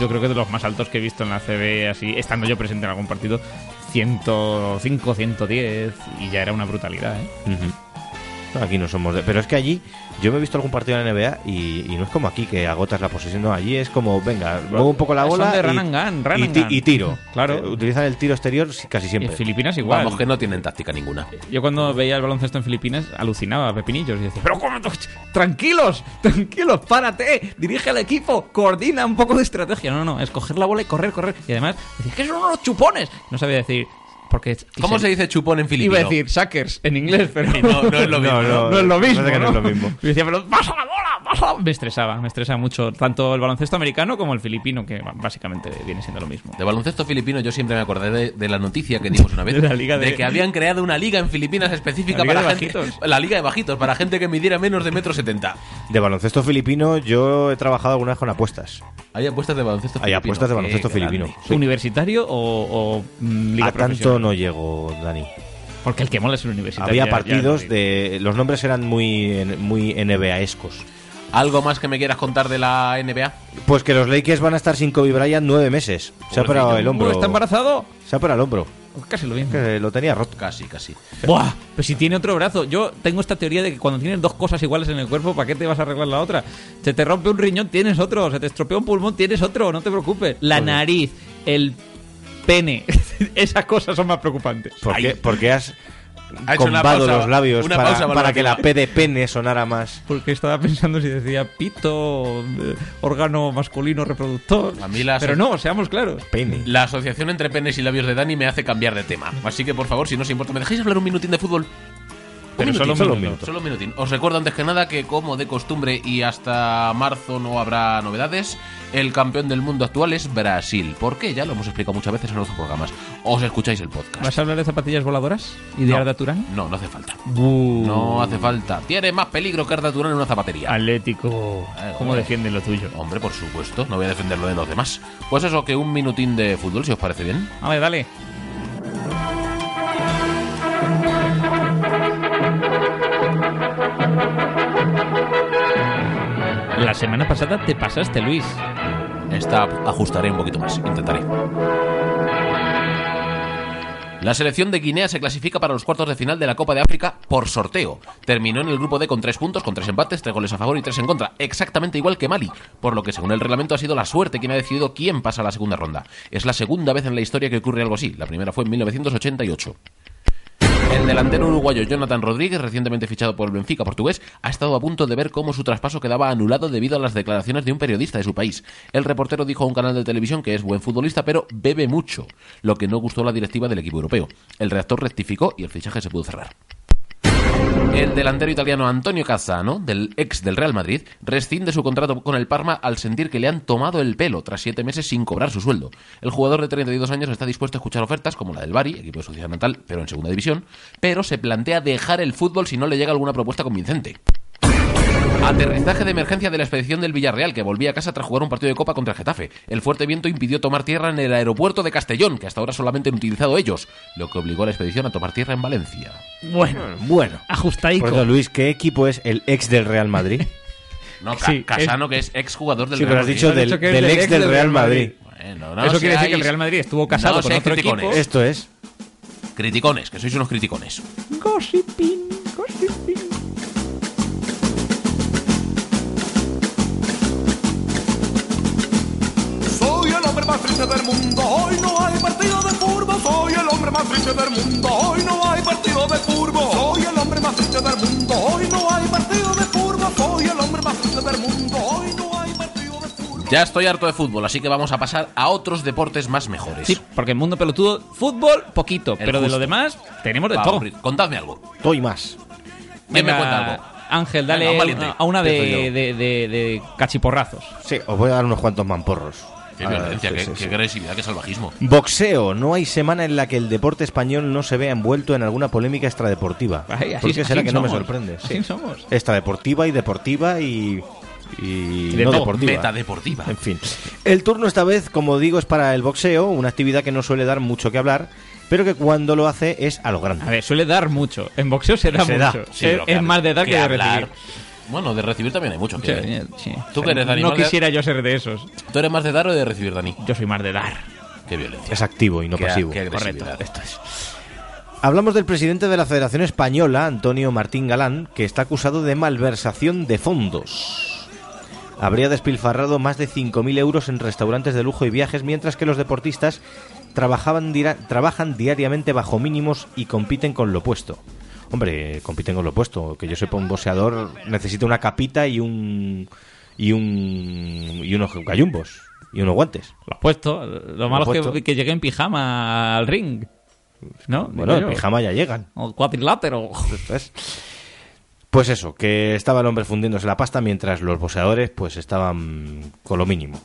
S5: Yo creo que de los más altos que he visto en la CB, así, estando yo presente en algún partido, 105, 110, y ya era una brutalidad, ¿eh?
S2: ujú. aquí no somos de... Pero es que allí, yo me he visto algún partido en la NBA y, y no es como aquí que agotas la posesión, no, allí es como, venga, muevo un poco la
S5: Son
S2: bola
S5: de
S2: y,
S5: run and gun, run
S2: y
S5: and
S2: ti-
S5: gun.
S2: y tiro.
S5: Claro.
S2: Eh, utilizan el tiro exterior casi
S5: Y en
S2: siempre.
S5: Filipinas igual.
S1: Vamos, que no tienen táctica ninguna.
S5: Yo cuando veía el baloncesto en Filipinas alucinaba a Pepinillos y decía, pero cómo to- tranquilos, tranquilos, párate, dirige al equipo, coordina un poco de estrategia. No, no, es coger la bola y correr, correr. Y además, decía, que son unos chupones. No sabía decir, porque...
S1: ¿Cómo se dice chupón en filipino?
S5: Iba a decir suckers en inglés, pero
S1: Y no- no es lo mismo,
S2: ¿no?
S5: es lo mismo.
S2: Parece que no es lo mismo.
S5: Y decía, pero pasa la bola, pasa. Me estresaba, me estresa mucho tanto el baloncesto americano como el filipino, que básicamente viene siendo lo mismo.
S1: De baloncesto filipino yo siempre me acordé de, de la noticia que dimos una vez.
S5: De la liga de-
S1: que habían creado una liga en Filipinas específica
S5: La liga
S1: para
S5: de
S1: gente...
S5: bajitos.
S1: La liga de bajitos, para gente que midiera menos de metro setenta.
S2: De baloncesto filipino yo he trabajado alguna vez con apuestas.
S1: Hay apuestas de baloncesto
S2: Hay
S1: filipino.
S2: apuestas de
S1: Qué
S2: baloncesto
S1: grande.
S2: filipino. Sí.
S5: ¿Universitario o, o, mm, liga
S2: A tanto
S5: profesional?
S2: no llego, Dani.
S5: Porque el que mola es el universitario.
S2: Había
S5: ya- ya
S2: partidos
S5: lo digo.
S2: de... Los nombres eran muy, muy NBA-escos.
S1: ¿Algo más que me quieras contar de la NBA?
S2: Pues que los Lakers van a estar sin Kobe Bryant nueve meses. Se ha parado el hombro.
S5: Uh, ¿Está embarazado? Oh,
S2: Se ha parado el hombro.
S5: Casi lo mismo.
S2: Que lo tenía roto.
S1: Casi, casi.
S5: Buah, pero si tiene otro brazo. Yo tengo esta teoría de que cuando tienes dos cosas iguales en el cuerpo, ¿para qué te vas a arreglar la otra? Se te rompe un riñón, tienes otro. Se te estropea un pulmón, tienes otro. No te preocupes. La
S2: Pues-
S5: nariz, el pene. Esas cosas son más preocupantes.
S2: ¿Por qué, por qué has
S1: Ha hecho una
S2: combado
S1: pausa-
S2: los labios
S1: una
S2: para,
S1: pausa
S2: para que la P de pene sonara más?
S5: Porque estaba pensando si decía pito, eh, órgano masculino reproductor.
S1: A mí las-
S5: Pero no, seamos claros.
S2: Pene.
S1: La asociación entre penes y labios de Dani me hace cambiar de tema. Así que, por favor, si no os importa, ¿me dejáis hablar un minutín de fútbol?
S5: Pero solo un
S2: solo un
S5: minuto.
S2: minuto.
S1: Solo un minutín. Os recuerdo antes que nada que, como de costumbre y hasta marzo no habrá novedades, el campeón del mundo actual es Brasil. ¿Por qué? Ya lo hemos explicado muchas veces en otros programas. Os escucháis el podcast.
S5: ¿Vas a hablar de zapatillas voladoras? ¿Y de
S1: No.
S5: Arda Turán?
S1: No, no hace falta.
S5: Buh.
S1: No hace falta. Tiene más peligro que Arda Turán en una zapatería.
S5: Atlético.
S1: Eh,
S5: ¿Cómo
S1: hombre.
S5: defienden lo tuyo?
S1: Hombre, por supuesto. No voy a defenderlo de los demás. Pues eso, que un minutín de fútbol, si os parece bien.
S5: Ah, Vale, dale. La semana pasada te pasaste, Luis.
S1: Esta ajustaré un poquito más. Intentaré. La selección de Guinea se clasifica para los cuartos de final de la Copa de África por sorteo. Terminó en el grupo D con tres puntos, con tres empates, tres goles a favor y tres en contra, exactamente igual que Mali, por lo que según el reglamento ha sido la suerte quien ha decidido quién pasa a la segunda ronda. Es la segunda vez en la historia que ocurre algo así, la primera fue en 1988. El delantero uruguayo Jonathan Rodríguez, recientemente fichado por el Benfica portugués, ha estado a punto de ver cómo su traspaso quedaba anulado debido a las declaraciones de un periodista de su país. El reportero dijo a un canal de televisión que es buen futbolista, pero bebe mucho, lo que no gustó a la directiva del equipo europeo. El redactor rectificó y el fichaje se pudo cerrar. El delantero italiano Antonio Cazzano, del ex del Real Madrid, rescinde su contrato con el Parma al sentir que le han tomado el pelo tras siete meses sin cobrar su sueldo. El jugador de 32 años está dispuesto a escuchar ofertas como la del Bari, equipo de su ciudad natal, pero en segunda división, pero se plantea dejar el fútbol si no le llega alguna propuesta convincente. Aterrizaje de emergencia de la expedición del Villarreal, que volvía a casa tras jugar un partido de copa contra el Getafe. El fuerte viento impidió tomar tierra en el aeropuerto de Castellón, que hasta ahora solamente han utilizado ellos, lo que obligó a la expedición a tomar tierra en Valencia.
S6: Bueno,
S2: Bueno. Por
S6: ajustadico.
S2: cierto, Luis, ¿qué equipo es el ex del Real Madrid?
S1: No, Ca-
S5: Sí,
S1: Casano, que es exjugador del
S2: Sí,
S1: Real
S2: pero has
S1: Madrid.
S2: dicho del,
S5: dicho que es
S2: del ex del Real Madrid.
S1: Bueno, no
S5: Eso quiere
S1: seáis-
S5: decir que el Real Madrid estuvo casado
S1: no
S5: con
S1: seáis
S5: otro equipo.
S1: criticones.
S2: Esto es.
S1: Criticones, que sois unos criticones.
S4: Gossiping, gossiping.
S3: Soy el hombre más triste del mundo, hoy no hay partido de furbo. Soy el hombre más triste del mundo, hoy no hay partido de furbo. Soy el hombre más triste del mundo, hoy no hay partido de furbo. Soy el hombre más triste del mundo, hoy no hay partido de furbo.
S1: Ya estoy harto de fútbol, así que vamos a pasar a otros deportes más mejores.
S5: Sí, Eh, porque el mundo pelotudo, fútbol, poquito, pero de
S1: justo.
S5: lo demás tenemos de
S1: Va a
S5: todo.
S1: aburrir. Contadme algo.
S2: Toy más.
S1: ¿Quién me
S5: Venga,
S1: cuenta algo?
S5: Ángel, dale
S1: Venga, un valiente.
S5: a- a una
S1: Empiezo
S5: de,
S1: yo.
S5: de- de- de cachiporrazos.
S2: Sí, os voy a dar unos cuantos mamporros.
S1: Qué
S2: Ah,
S1: violencia,
S2: sí,
S1: qué,
S2: sí,
S1: qué
S2: sí.
S1: agresividad, qué salvajismo.
S2: Boxeo. No hay semana en la que el deporte español no se vea envuelto en alguna polémica extradeportiva.
S5: Ay, así-
S2: ¿Por qué será
S5: así
S2: que no me
S5: somos.
S2: sorprende?
S5: Así somos.
S2: Extradeportiva y deportiva y. Y
S5: de
S2: no
S5: todo,
S2: deportiva.
S1: Meta deportiva.
S2: En fin. El turno esta vez, como digo, es para el boxeo, una actividad que no suele dar mucho que hablar, pero que cuando lo hace es a lo grande.
S5: A ver, suele dar mucho. En boxeo se da
S2: Se da,
S5: mucho.
S1: Sí,
S5: es,
S1: pero que
S5: es
S1: hab-
S5: más de dar que, de
S1: hablar.
S5: recibir.
S1: Bueno, de recibir también hay mucho.
S5: Sí,
S1: que-
S5: sí.
S1: Tú que eres de
S5: No
S1: animal de-
S5: quisiera yo ser de esos.
S1: ¿Tú eres más de dar o de recibir, Dani?
S5: Yo soy más de dar.
S1: Qué violencia.
S2: Es activo y no
S1: Qué-
S2: pasivo.
S1: qué
S2: Correcto.
S1: agresividad.
S2: Esto es. Hablamos del presidente de la Federación Española, Antonio Martín Galán, que está acusado de malversación de fondos. Habría despilfarrado más de 5.000 euros en restaurantes de lujo y viajes, mientras que los deportistas trabajaban dira- trabajan diariamente bajo mínimos y compiten con lo opuesto. Hombre, compiten con lo opuesto. Que yo sepa, un boxeador necesita una capita y un. y un. y unos gallumbos. Y unos guantes.
S5: Lo has puesto. Lo malo es
S2: puesto.
S5: que, que llegué en pijama al ring. ¿No?
S2: Bueno,
S5: Digo
S2: en
S5: yo.
S2: pijama ya llegan.
S5: O cuadrilátero.
S2: Entonces, Pues eso, que estaba el hombre fundiéndose la pasta mientras los boxeadores pues estaban con lo mínimo.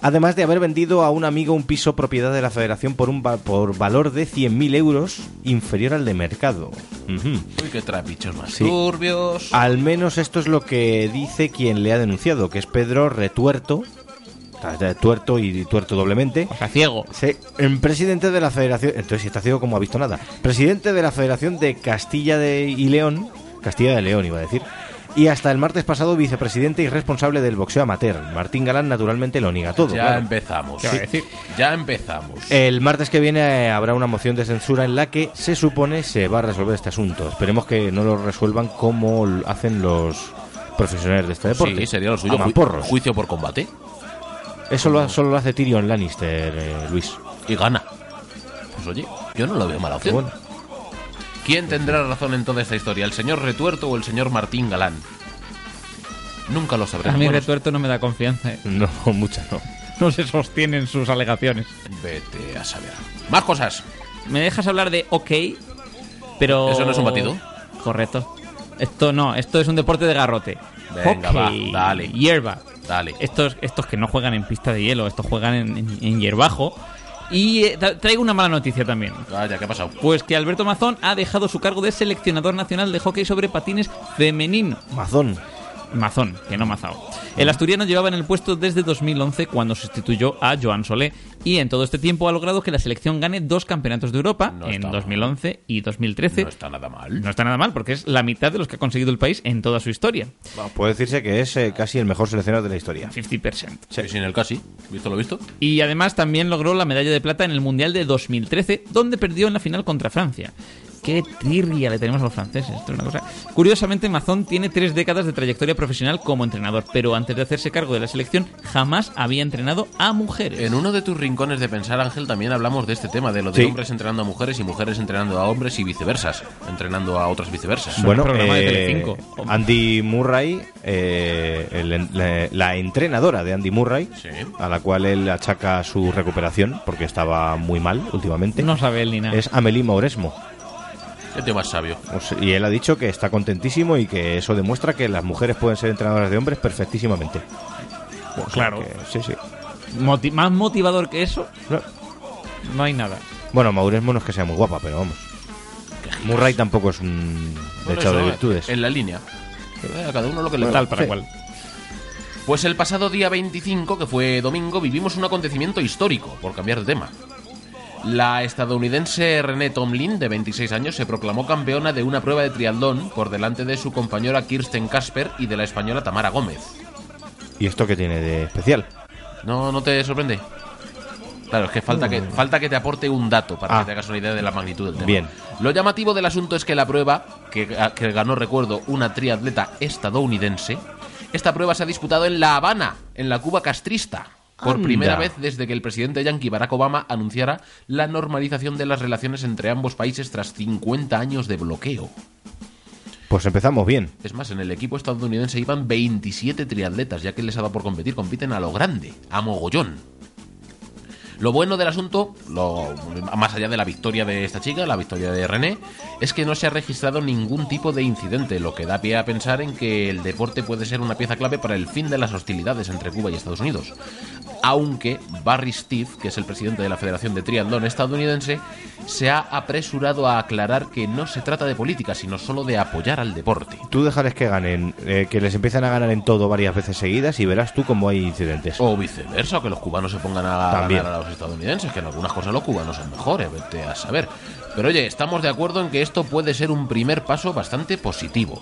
S2: Además de haber vendido a un amigo un piso propiedad de la federación por, un va- por valor de 100.000 euros inferior al de mercado. Ujú.
S1: Uy, qué trapichos más
S2: Sí. Ah,
S1: turbios.
S2: Al menos esto es lo que dice quien le ha denunciado, que es Pedro Retuerto, tuerto y tuerto doblemente,
S5: O sea, ciego.
S2: Sí, en presidente de la Federación. Entonces, si está ciego, como ha visto nada. Presidente de la Federación de Castilla de, y León. Castilla de León, iba a decir. Y hasta el martes pasado, vicepresidente y responsable del boxeo amateur. Martín Galán, naturalmente, lo niega todo.
S1: Ya
S2: claro.
S1: empezamos.
S5: ¿Qué va a decir?
S1: Ya empezamos.
S2: El martes que viene eh, habrá una moción de censura en la que se supone se va a resolver este asunto. Esperemos que no lo resuelvan como l- hacen los profesionales de este deporte.
S1: sí, sería lo suyo.
S2: A
S1: Ju-
S2: mamporros.
S1: juicio por combate.
S2: Eso lo, ha- solo lo hace Tyrion Lannister, eh, Luis.
S1: Y gana. Pues oye, yo no lo veo mala opción.
S2: Bueno,
S1: ¿Quién tendrá razón en toda esta historia? ¿El señor Retuerto o el señor Martín Galán? Nunca lo
S5: A
S1: sabremos.
S5: mí
S1: Bueno,
S5: retuerto no me da confianza. eh.
S2: no, muchas no.
S5: No se sostienen sus alegaciones.
S1: Vete a saber. Más cosas.
S5: ¿Me dejas hablar de OK? Pero.
S1: ¿Eso no es un batido?
S5: Correcto. Esto no, esto es un deporte de garrote.
S1: Venga,
S5: Hockey,
S1: va, dale.
S5: Hierba.
S1: Dale.
S5: Estos, estos que no juegan en pista de hielo, estos juegan en, en- en hierbajo. Y eh, tra- traigo una mala noticia también.
S1: Vaya, ¿qué ha pasado?
S5: Pues que Alberto Mazón ha dejado su cargo de seleccionador nacional de hockey sobre patines femenino.
S2: Mazón.
S5: Mazón, que no Mazao. El asturiano llevaba en el puesto desde 2011 cuando sustituyó a Joan Solé y en todo este tiempo ha logrado que la selección gane dos campeonatos de Europa
S1: No
S5: en
S1: está mal.
S5: 2011 y 2013.
S1: No está nada mal.
S5: No está nada mal porque es la mitad de los que ha conseguido el país en toda su historia.
S2: Puede decirse que es eh, casi el mejor seleccionado de la historia.
S5: 50%.
S1: Sí, sin el casi. ¿Visto lo visto?
S5: Y además también logró la medalla de plata en el Mundial de 2013, donde perdió en la final contra Francia. Qué tirria le tenemos a los franceses. Esto es una cosa. Curiosamente, Mazón tiene tres décadas de trayectoria profesional como entrenador, pero antes de hacerse cargo de la selección jamás había entrenado a mujeres.
S1: En uno de tus rincones de pensar, Ángel, también hablamos de este tema, de lo de
S2: Sí.
S1: hombres entrenando a mujeres y mujeres entrenando a hombres y viceversas, entrenando a otras viceversas.
S2: Bueno,
S5: programa de
S2: eh,
S5: Telecinco.
S2: Andy Murray, eh, el en- la, la entrenadora de Andy Murray,
S1: Sí.
S2: a la cual él achaca su recuperación porque estaba muy mal últimamente,
S5: No sabe él ni nada.
S2: es Amelie Mauresmo.
S1: Qué tema más sabio.
S2: O sea, Y él ha dicho que está contentísimo y que eso demuestra que las mujeres pueden ser entrenadoras de hombres perfectísimamente.
S5: claro.
S2: Que- sí, sí.
S5: Moti- más motivador que eso,
S2: No.
S5: no hay nada.
S2: Bueno, Mauresmo no es que sea muy guapa, pero vamos. Murray tampoco es un
S1: Por
S2: dechado de
S1: eso,
S2: virtudes.
S1: En la línea. Eh, A cada uno lo que le
S5: Tal
S1: toca.
S5: para
S2: sí.
S5: cual.
S1: Pues el pasado día 25, que fue domingo, vivimos un acontecimiento histórico, por cambiar de tema. La estadounidense Renee Tomlin, de 26 años, se proclamó campeona de una prueba de triatlón por delante de su compañera Kirsten Casper y de la española Tamara Gómez.
S2: ¿Y esto qué tiene de especial?
S1: ¿No, no te sorprende? Claro, es que falta, que falta que te aporte un dato para
S2: Mm. Ah.
S1: que te hagas una idea de la magnitud del tema.
S2: Bien.
S1: Lo llamativo del asunto es que la prueba, que, a- que ganó, recuerdo, una triatleta estadounidense, esta prueba se ha disputado en La Habana, en la Cuba castrista. Por
S2: Anda.
S1: primera vez desde que el presidente yankee Barack Obama anunciara la normalización de las relaciones entre ambos países tras 50 años de bloqueo.
S2: Pues empezamos bien.
S1: Es más, en el equipo estadounidense iban 27 triatletas, ya que les ha dado por competir, compiten a lo grande, a mogollón. Lo bueno del asunto, lo- más allá de la victoria de esta chica, la victoria de René, es que no se ha registrado ningún tipo de incidente, lo que da pie a pensar en que el deporte puede ser una pieza clave para el fin de las hostilidades entre Cuba y Estados Unidos. Aunque Barry Steve, que es el presidente de la Federación de Triatlón estadounidense, se ha apresurado a aclarar que no se trata de política, sino solo de apoyar al deporte.
S2: Tú déjales que ganen, eh, que les empiezan a ganar en todo varias veces seguidas y verás tú cómo hay incidentes.
S1: O viceversa, o que los cubanos se pongan a
S2: También.
S1: ganar a los estadounidenses, que en algunas cosas los cubanos son mejores, vete a saber. Pero oye, estamos de acuerdo en que esto puede ser un primer paso bastante positivo.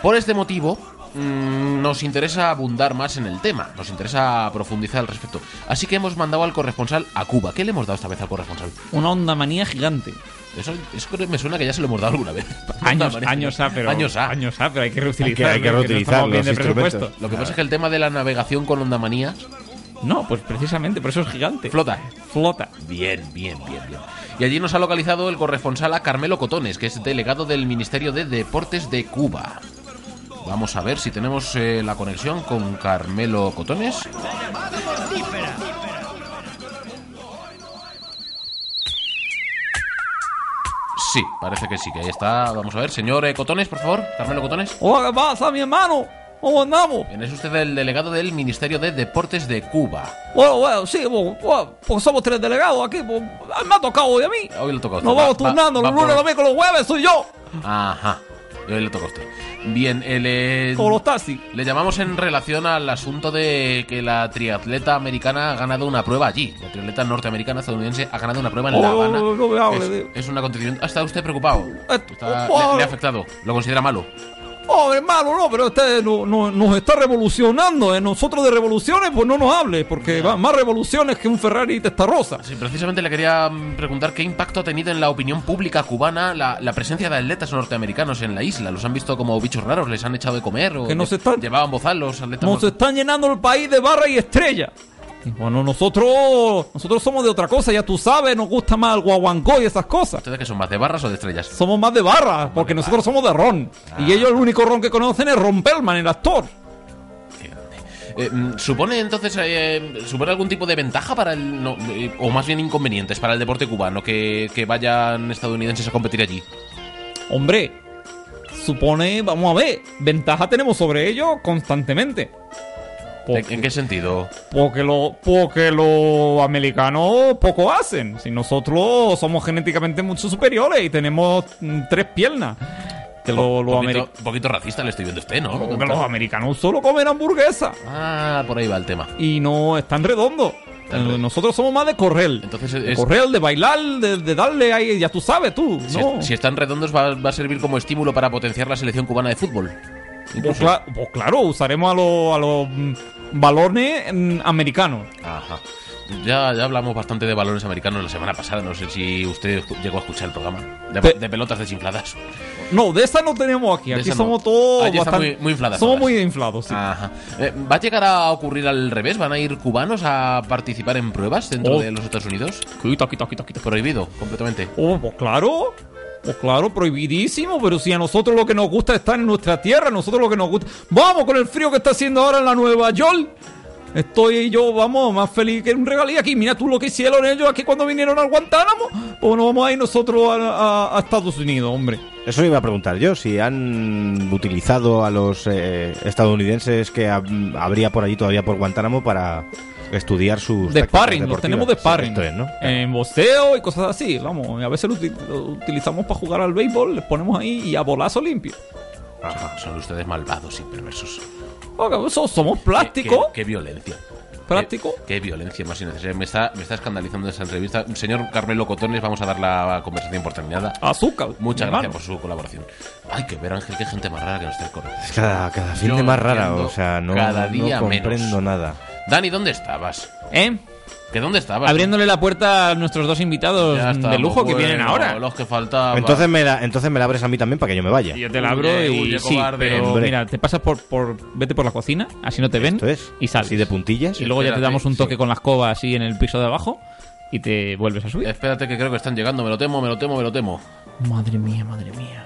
S1: Por este motivo, mm, nos interesa abundar más en el tema, nos interesa profundizar al respecto. Así que hemos mandado al corresponsal a Cuba. ¿Qué le hemos dado esta vez al corresponsal?
S5: Una onda manía gigante.
S1: Eso, eso creo- me suena que ya se lo hemos dado alguna vez.
S5: Años,
S1: Una manera-
S5: años A, pero.
S1: Años A.
S5: Años A, pero hay
S2: Hay
S5: que
S2: que-
S5: reutilizarlo.
S2: hay que
S5: no estamos
S2: reutilizar
S5: bien
S2: los
S5: de presupuesto.
S2: instrumentos.
S1: Lo que pasa es que el tema de la navegación con onda manía
S5: No, pues precisamente, por eso es gigante.
S1: flota.
S5: Flota.
S1: Bien, bien, bien, bien. Y allí nos ha localizado el corresponsal a Carmelo Cotones, que es delegado del Ministerio de Deportes de Cuba. Vamos a ver si tenemos eh, la conexión con Carmelo Cotones. Sí, parece que sí, que ahí está. Vamos a ver, señor eh, Cotones, por favor. Carmelo Cotones.
S5: Hola, ¿qué pasa, mi hermano? ¿Cómo andamos?
S1: Bien, es usted el delegado del Ministerio de Deportes de Cuba.
S5: Bueno, bueno, sí, bueno, bueno, pues somos tres delegados aquí. pues, me ha tocado hoy a mí.
S1: Hoy le toca a usted.
S5: Nos
S1: Va-
S5: vamos
S1: va-
S5: turnando,
S1: va
S5: los lunes,
S1: por-
S5: los miércoles, los jueves, soy yo.
S1: Ajá. Yo le toca a usted. Bien, el, eh,
S5: Como los taxis.
S1: le llamamos en relación al asunto de que la triatleta americana ha ganado una prueba allí. La triatleta norteamericana estadounidense ha ganado una prueba en La
S5: Oh,
S1: Habana.
S5: no me hable
S1: es,
S5: de-
S1: es un acontecimiento. Ah, ¿Está usted preocupado? Está-
S5: oh,
S1: le, le ha afectado. Lo considera malo.
S5: Oh, hermano, no, pero este no- no- nos está revolucionando. eh. Nosotros de revoluciones, pues no nos hable, porque va- más revoluciones que un Ferrari Testarossa.
S1: Sí, precisamente le quería mm, preguntar qué impacto ha tenido en la opinión pública cubana la, la presencia de atletas norteamericanos en la isla. ¿Los han visto como bichos raros? ¿Les han echado de comer? ¿O
S5: Que nos
S1: lle-
S5: están-
S1: ¿Llevaban bozal los atletas
S5: Nos
S1: norte-
S5: están llenando el país de barra y estrella. Y bueno, nosotros, nosotros somos de otra cosa, ya tú sabes, nos gusta más el guaguancó y esas cosas.
S1: ¿Ustedes que son más de barras o de estrellas?
S5: Somos más de barra, Ah. porque nosotros somos de ron. Y ellos el único ron que conocen es Ron Perlman, el actor.
S1: Eh, mm, ¿Supone entonces eh, supone algún tipo de ventaja para el no, eh, o más bien inconvenientes para el deporte cubano que, que vayan estadounidenses a competir allí?
S5: Hombre, supone, vamos a ver, ventaja tenemos sobre ellos constantemente.
S1: ¿En,
S5: Porque,
S1: en qué sentido?
S5: porque lo- porque los americanos poco hacen. Si nosotros somos genéticamente mucho superiores y tenemos mm, tres piernas.
S7: que lo, lo
S8: un, poquito,
S7: ameri-
S8: un poquito racista le estoy viendo a usted, ¿no?
S7: que los americanos solo comen hamburguesa
S8: Ah, por ahí va el tema.
S7: y no están redondo.
S8: Tan redondo.
S7: Nosotros somos más de correr.
S8: Entonces
S7: de
S8: es-
S7: correr, de bailar, de, de darle ahí, ya tú sabes, tú.
S8: Si,
S7: ¿no?
S8: es- si están redondos va, va a servir como estímulo para potenciar la selección cubana de fútbol.
S7: Pues,
S8: Incluso.
S7: cla- pues claro, usaremos a los a los, mm, balones mm, americanos.
S8: Ajá. Ya, ya hablamos bastante de balones americanos la semana pasada. No sé si usted escu- llegó a escuchar el programa. De,
S7: Pe-
S8: de pelotas desinfladas.
S7: No, de esa no tenemos aquí.
S8: De
S7: Aquí
S8: esa
S7: somos
S8: no.
S7: todos
S8: Allí están
S7: bastante-
S8: muy- muy infladas
S7: Somos
S8: todas.
S7: muy inflados, sí.
S8: Ajá. Eh, ¿Va a llegar a ocurrir al revés? ¿Van a ir cubanos a participar en pruebas dentro
S7: Oh.
S8: de los Estados Unidos?
S7: Quita, quita, quita, quita.
S8: Prohibido, completamente.
S7: Oh, pues claro. Pues claro, prohibidísimo, pero si a nosotros lo que nos gusta es estar en nuestra tierra, a nosotros lo que nos gusta. Vamos con el frío que está haciendo ahora en la Nueva York. Estoy yo, vamos, más feliz que un regalí aquí. Mira tú lo que hicieron ellos aquí cuando vinieron al Guantánamo. Pues nos vamos a ir nosotros a, a- a Estados Unidos, hombre.
S2: Eso iba a preguntar yo, si han utilizado a los eh, estadounidenses que hab- habría por allí todavía por Guantánamo para estudiar sus...
S7: De
S2: tácticas
S7: sparring, los
S2: deportivas.
S7: tenemos de
S2: Sí,
S7: sparring. Eh,
S2: esto es, ¿no?
S7: En boxeo y cosas así, vamos. A veces lo, uti- lo utilizamos para jugar al béisbol, les ponemos ahí y a bolazo limpio.
S8: Son- Son ustedes malvados y perversos.
S7: Oiga, so- somos plásticos.
S8: Qué, qué violencia.
S7: Práctico.
S8: Qué, qué violencia más innecesaria. Me está, me está escandalizando esta entrevista. Señor Carmelo Cotones, vamos a dar la conversación por terminada.
S7: Azúcar.
S8: Muchas gracias
S7: mi hermano.
S8: por su colaboración. Hay que ver, Ángel, qué gente más rara que nos está el coro.
S2: Es cada, cada fin
S8: Yo
S2: de más rara,
S8: entiendo
S2: o sea, no,
S8: cada
S2: no
S8: día
S2: comprendo
S8: menos.
S2: nada.
S8: Dani, ¿dónde estabas?
S7: ¿Eh?
S8: ¿Que dónde estabas?
S7: Abriéndole la puerta a nuestros dos invitados
S8: Ya
S7: de
S8: estábamos,
S7: lujo que
S8: bueno,
S7: vienen ahora.
S8: Los que
S1: Ah,
S8: faltaban.
S2: Entonces me, la, entonces me la abres a mí también para que yo me vaya.
S7: Yo te la abro
S8: Huye,
S7: Eh, y
S8: huye,
S7: sí,
S8: cobarde.
S7: pero
S2: Hombre.
S7: mira, te pasas por, por vete por la cocina, así no te ven
S2: Esto es.
S7: y sales.
S2: Así de puntillas.
S7: Y luego ya te
S8: Espérate,
S7: damos un toque
S8: sí.
S7: con la escoba así en el piso de abajo y te vuelves a subir.
S8: Espérate, que creo que están llegando. Me lo temo, me lo temo, me lo temo.
S7: Madre mía, madre mía.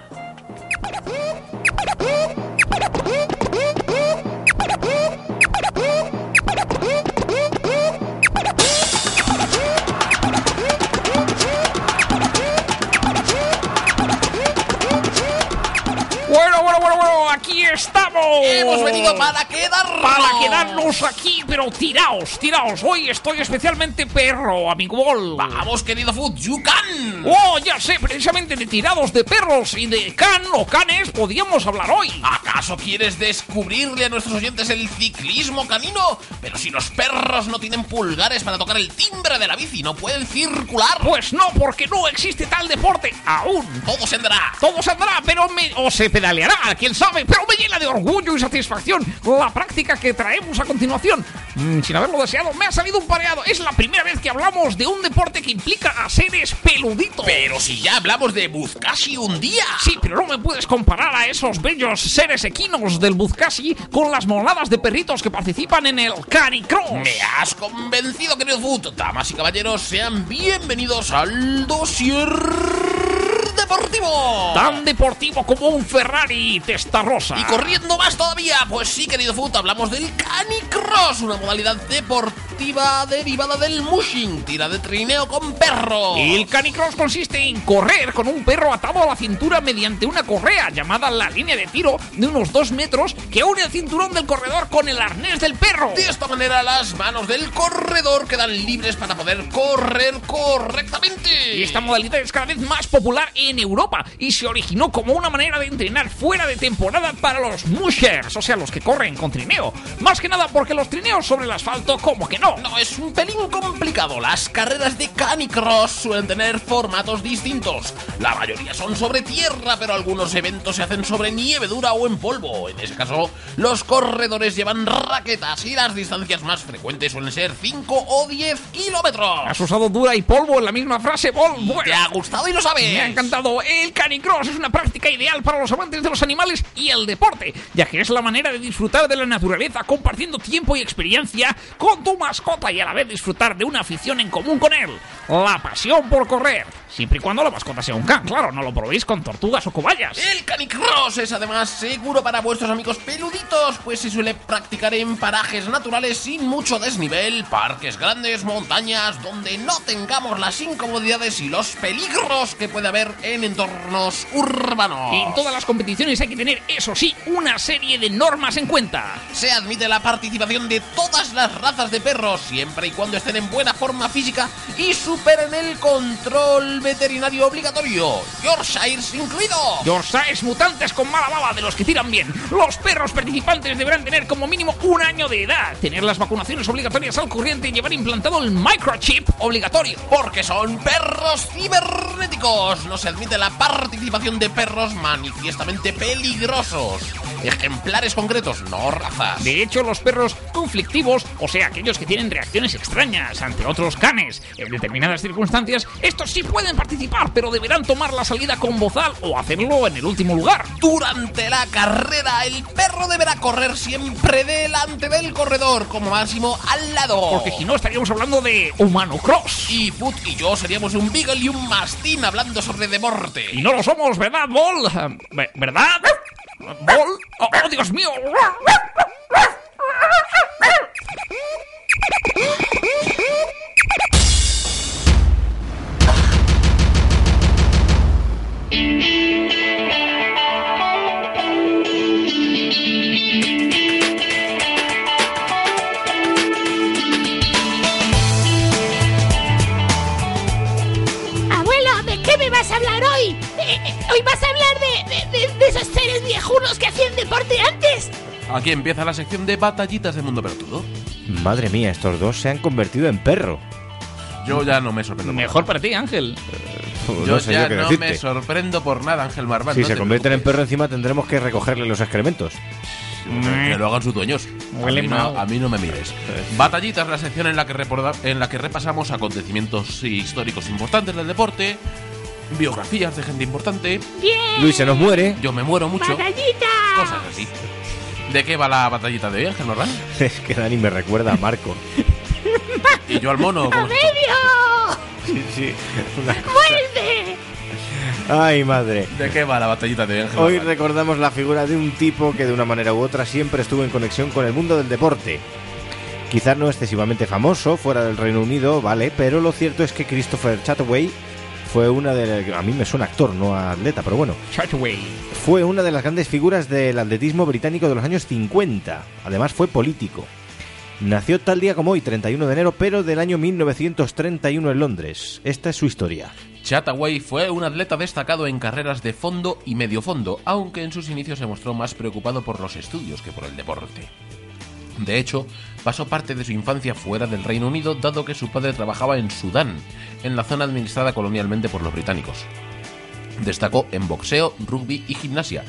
S7: Bueno, bueno, bueno, bueno, aquí estamos.
S1: Hemos venido para quedarnos.
S7: Para quedarnos aquí, pero tiraos, tiraos. Hoy estoy especialmente perro, amigo. Bol.
S1: Vamos, querido Food, you can.
S7: Oh, ya sé, precisamente de tirados de perros y de can o canes podíamos hablar hoy.
S1: ¿Acaso quieres descubrirle a nuestros oyentes el ciclismo canino? Pero si los perros no tienen pulgares para tocar el timbre de la bici, no pueden circular.
S7: Pues no, porque no existe tal deporte aún.
S1: Todo se andará.
S7: Todo saldrá, pero me, o se pedaleará, quién sabe, pero me llena de orgullo y satisfacción la práctica que traemos a continuación. Mm, sin haberlo deseado, me ha salido un pareado. Es la primera vez que hablamos de un deporte que implica a seres peluditos.
S1: Pero si ya hablamos de Buzkashi un día.
S7: Sí, pero no me puedes comparar a esos bellos seres equinos del Buzkashi con las moladas de perritos que participan en el Canicross.
S1: Me has convencido, querido Food. Damas y caballeros, sean bienvenidos al dossier deportivo.
S7: Tan deportivo como un Ferrari testarrosa.
S1: Y corriendo más todavía, pues sí, querido Foot, hablamos del Canicross, una modalidad deportiva derivada del mushing, tira de trineo con perro.
S7: El canicross consiste en correr con un perro atado a la cintura mediante una correa llamada la línea de tiro de unos 2 metros que une el cinturón del corredor con el arnés del perro.
S1: De esta manera las manos del corredor quedan libres para poder correr correctamente.
S7: Y esta modalidad es cada vez más popular en Europa y se originó como una manera de entrenar fuera de temporada para los mushers, o sea, los que corren con trineo. Más que nada porque los trineos sobre el asfalto, como que no.
S1: No, es un pelín complicado. Las carreras de canicross suelen tener formatos distintos. La mayoría son sobre tierra, pero algunos eventos se hacen sobre nieve dura o en polvo. En ese caso, los corredores llevan raquetas y las distancias más frecuentes suelen ser 5 o 10 kilómetros.
S7: Has usado dura y polvo en la misma frase, Bol.
S1: ¿Te
S7: Bueno,
S1: ha gustado y lo sabes?
S7: Me ha encantado. El canicross es una práctica ideal para los amantes de los animales y el deporte, ya que es la manera de disfrutar de la naturaleza compartiendo tiempo y experiencia con tu mascota y a la vez disfrutar de una afición en común con él. La pasión por correr. Siempre y cuando la mascota sea un can, claro, no lo probéis con tortugas o cobayas.
S1: El canicross es además seguro para vuestros amigos peluditos, pues se suele practicar en parajes naturales sin mucho desnivel, parques grandes, montañas, donde no tengamos las incomodidades y los peligros que puede haber en entornos urbanos.
S7: En todas las competiciones hay que tener, eso sí, una serie de normas en cuenta.
S1: Se admite la participación de todas las razas de perro
S6: perros, siempre y cuando estén en buena forma física y superen el control veterinario obligatorio, Yorkshires incluido.
S7: Yorkshires mutantes con mala baba de los que tiran bien. Los perros participantes deberán tener como mínimo un año de edad, tener las vacunaciones obligatorias al corriente y llevar implantado el microchip obligatorio.
S6: Porque son perros cibernéticos. No se admite la participación de perros manifiestamente peligrosos. Ejemplares concretos, no razas.
S7: De hecho, los perros conflictivos, o sea, aquellos que tienen reacciones extrañas ante otros canes en determinadas circunstancias, estos sí pueden participar, pero deberán tomar la salida con bozal o hacerlo en el último lugar.
S6: Durante la carrera, el perro deberá correr siempre delante del corredor, como máximo al lado.
S7: Porque si no, estaríamos hablando de humano cross.
S6: Y Foot y yo seríamos un Beagle y un Mastín hablando sobre deporte.
S7: Y no lo somos, ¿verdad, Bol? Ve- eh, ¿Verdad? ¿Bol? ¡Oh, oh, Dios mío!
S9: Abuelo, ¿de qué me vas a hablar hoy? Eh, eh, hoy vas a hablar de, de- de- de esos seres viejunos que hacían deporte antes.
S1: Aquí empieza la sección de batallitas de mundo pelotudo.
S2: Madre mía, estos dos se han convertido en perro.
S1: Yo ya no me sorprendo. por
S5: Mejor
S1: nada.
S5: para ti, Ángel.
S2: Pues
S1: Yo
S2: no sé
S1: ya
S2: yo qué
S1: no
S2: decirte.
S1: me sorprendo por nada, Ángel Marván.
S2: si
S1: no
S2: se
S1: te
S2: convierten en
S1: preocupes.
S2: perro encima tendremos que recogerle los excrementos.
S1: Que
S7: Mm.
S1: lo hagan sus dueños. A
S5: Eh. Huele
S1: mí, no,
S5: mal.
S1: a mí no me mires. Batallitas, la sección en la que, reporda- en la que repasamos acontecimientos históricos importantes del deporte, biografías de gente importante,
S9: Bien.
S2: Luis se nos muere.
S1: yo me muero mucho,
S9: Batallita.
S1: cosas así. ¿De qué va la batallita de hoy, Ángel Norán?
S2: Es que Dani me recuerda a Marco.
S1: Y yo al mono. ¿cómo se-
S9: ¡Medio!
S2: Sí, sí.
S9: ¡Vuelve!
S2: Ay, madre.
S1: ¿De qué va la batallita de hoy, Ángel
S2: Hoy
S1: Norán?
S2: recordamos la figura de un tipo que de una manera u otra siempre estuvo en conexión con el mundo del deporte. Quizás no excesivamente famoso fuera del Reino Unido, vale, pero lo cierto es que Christopher Chataway fue una de... A mí me suena actor, no a atleta, pero bueno.
S7: Chataway.
S2: Fue una de las grandes figuras del atletismo británico de los años 50. Además fue político. Nació tal día como hoy, 31 de enero, pero del año 1931 en Londres. Esta es su historia.
S1: Chataway fue un atleta destacado en carreras de fondo y medio fondo, aunque en sus inicios se mostró más preocupado por los estudios que por el deporte. De hecho, pasó parte de su infancia fuera del Reino Unido, dado que su padre trabajaba en Sudán, en la zona administrada colonialmente por los británicos. Destacó en boxeo, rugby y gimnasia,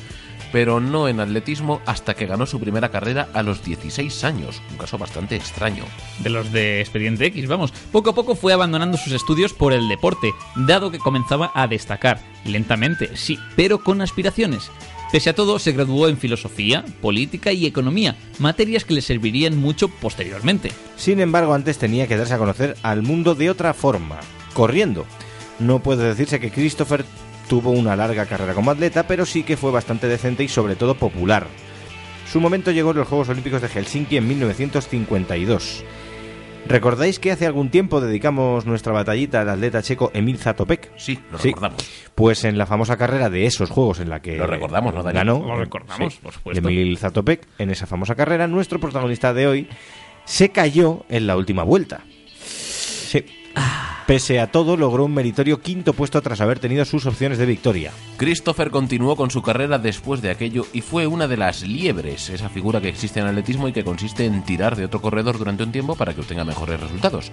S1: pero no en atletismo hasta que ganó su primera carrera a los 16 años, un caso bastante extraño.
S5: De los de Expediente X, vamos. Poco a poco fue abandonando sus estudios por el deporte, dado que comenzaba a destacar. Lentamente, sí, pero con aspiraciones. Pese a todo, se graduó en filosofía, política y economía, materias que le servirían mucho posteriormente.
S2: Sin embargo, antes tenía que darse a conocer al mundo de otra forma, corriendo. No puede decirse que Christopher tuvo una larga carrera como atleta, pero sí que fue bastante decente y sobre todo popular. Su momento llegó en los Juegos Olímpicos de Helsinki en 1952. ¿Recordáis que hace algún tiempo dedicamos nuestra batallita al atleta checo Emil Zatopek?
S1: Sí, lo
S2: Sí.
S1: recordamos.
S2: Pues en la famosa carrera de esos juegos en la que
S1: Lo recordamos, ¿no, Dani?
S2: ganó.
S7: Lo recordamos, por supuesto.
S2: Emil Zatopek, en esa famosa carrera, nuestro protagonista de hoy se cayó en la última vuelta. Sí.
S7: Ah.
S2: Pese a todo, logró un meritorio quinto puesto tras haber tenido sus opciones de victoria.
S1: Christopher continuó con su carrera después de aquello y fue una de las liebres, esa figura que existe en atletismo y que consiste en tirar de otro corredor durante un tiempo para que obtenga mejores resultados.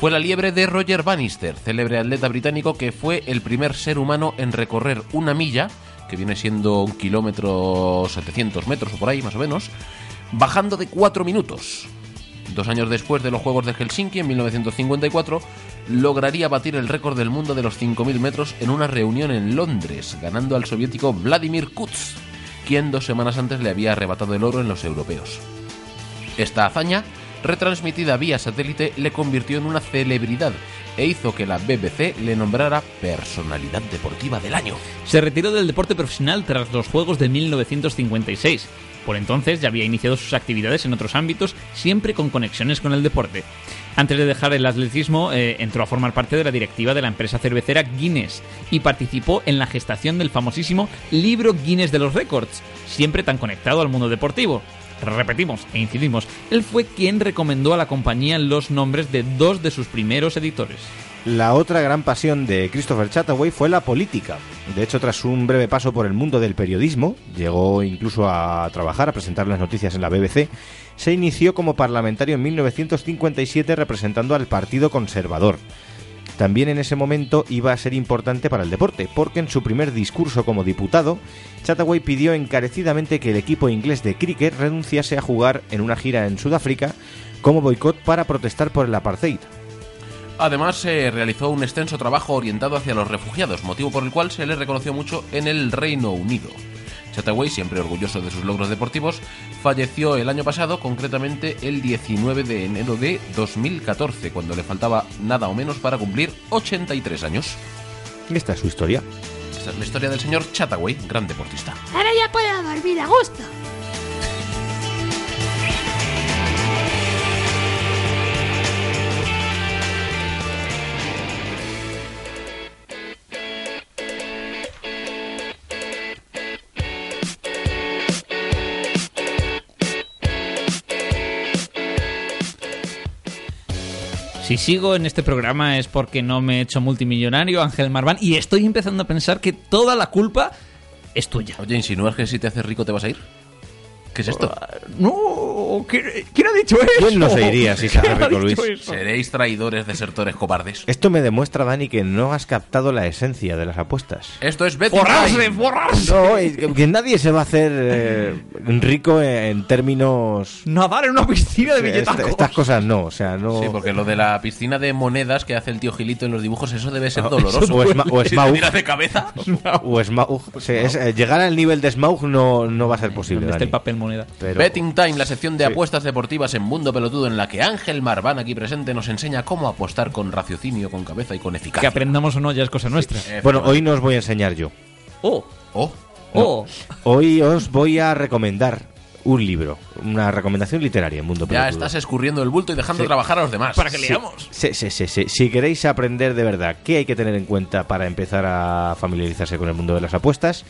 S1: Fue la liebre de Roger Bannister, célebre atleta británico que fue el primer ser humano en recorrer una milla, que viene siendo un kilómetro 700 metros o por ahí más o menos, bajando de 4 minutos. Dos años después de los Juegos de Helsinki, en 1954, lograría batir el récord del mundo de los 5.000 metros en una reunión en Londres, ganando al soviético Vladimir Kutz, quien dos semanas antes le había arrebatado el oro en los europeos. Esta hazaña, retransmitida vía satélite, le convirtió en una celebridad e hizo que la BBC le nombrara Personalidad Deportiva del Año.
S5: Se retiró del deporte profesional tras los Juegos de 1956. Por entonces ya había iniciado sus actividades en otros ámbitos, siempre con conexiones con el deporte. Antes de dejar el atletismo, eh, entró a formar parte de la directiva de la empresa cervecera Guinness y participó en la gestación del famosísimo libro Guinness de los Récords, siempre tan conectado al mundo deportivo. repetimos e incidimos, él fue quien recomendó a la compañía los nombres de dos de sus primeros editores.
S2: La otra gran pasión de Christopher Chataway fue la política. De hecho, tras un breve paso por el mundo del periodismo, llegó incluso a trabajar, a presentar las noticias en la BBC, se inició como parlamentario en 1957 representando al Partido Conservador. También en ese momento iba a ser importante para el deporte, porque en su primer discurso como diputado, Chataway pidió encarecidamente que el equipo inglés de cricket renunciase a jugar en una gira en Sudáfrica como boicot para protestar por el apartheid.
S1: Además, se realizó un extenso trabajo orientado hacia los refugiados, motivo por el cual se le reconoció mucho en el Reino Unido. Chataway, siempre orgulloso de sus logros deportivos, falleció el año pasado, concretamente el 19 de enero de 2014, cuando le faltaba nada o menos para cumplir 83 años.
S2: Y esta es su historia.
S1: Esta es la historia del señor Chataway, gran deportista.
S9: Ahora ya puedo dormir a gusto.
S5: Si sigo en este programa es porque no me he hecho multimillonario, Ángel Marván, y estoy empezando a pensar que toda la culpa es tuya.
S1: Oye, ¿insinúas que si te haces rico te vas a ir? ¿Qué es esto?
S5: No, ¿quién, quién ha dicho eso?
S2: ¿Quién no se iría si se hace
S5: ¿Quién ha
S2: rico,
S5: dicho
S2: Luis?
S5: eso?
S1: Seréis traidores, desertores, cobardes.
S2: Esto me demuestra, Dani, que no has captado la esencia de las apuestas.
S1: Esto es Betty
S5: ¡Forrarse,
S1: Time.
S5: forrarse!
S2: No, es que que nadie se va a hacer eh, rico en términos...
S5: Nadar en una piscina de
S2: Est-
S5: billetacos.
S2: estas cosas no, o sea, no...
S1: Sí, porque lo de la piscina de monedas que hace el tío Gilito en los dibujos, eso debe ser
S2: No,
S1: doloroso.
S2: Ah, eso duele. O esma- o
S1: Si te
S2: esmaug.
S1: tiras de cabeza.
S2: O Smaug. Sí, es- eh, llegar al nivel de Smaug no, no va a ser posible.
S5: ¿Dónde está
S2: Dani.
S5: el papel moneda?
S2: Pero-
S1: Betting Time, la sección de apuestas deportivas en Mundo Pelotudo, en la que Ángel Marván, aquí presente, nos enseña cómo apostar con raciocinio, con cabeza y con
S5: Que
S1: eficacia.
S5: aprendamos o no ya es cosa nuestra.
S1: Eh,
S2: Bueno, hoy no os voy a enseñar yo.
S5: Oh,
S1: oh,
S5: oh.
S2: Hoy os voy a recomendar un libro, una recomendación literaria en Mundo
S1: ya
S2: Pelotudo.
S1: estás escurriendo el bulto y dejando trabajar a los demás.
S7: Para que
S2: Sí,
S7: leamos.
S2: sí, sí, sí, sí. Si queréis aprender de verdad qué hay que tener en cuenta para empezar a familiarizarse con el mundo de las apuestas,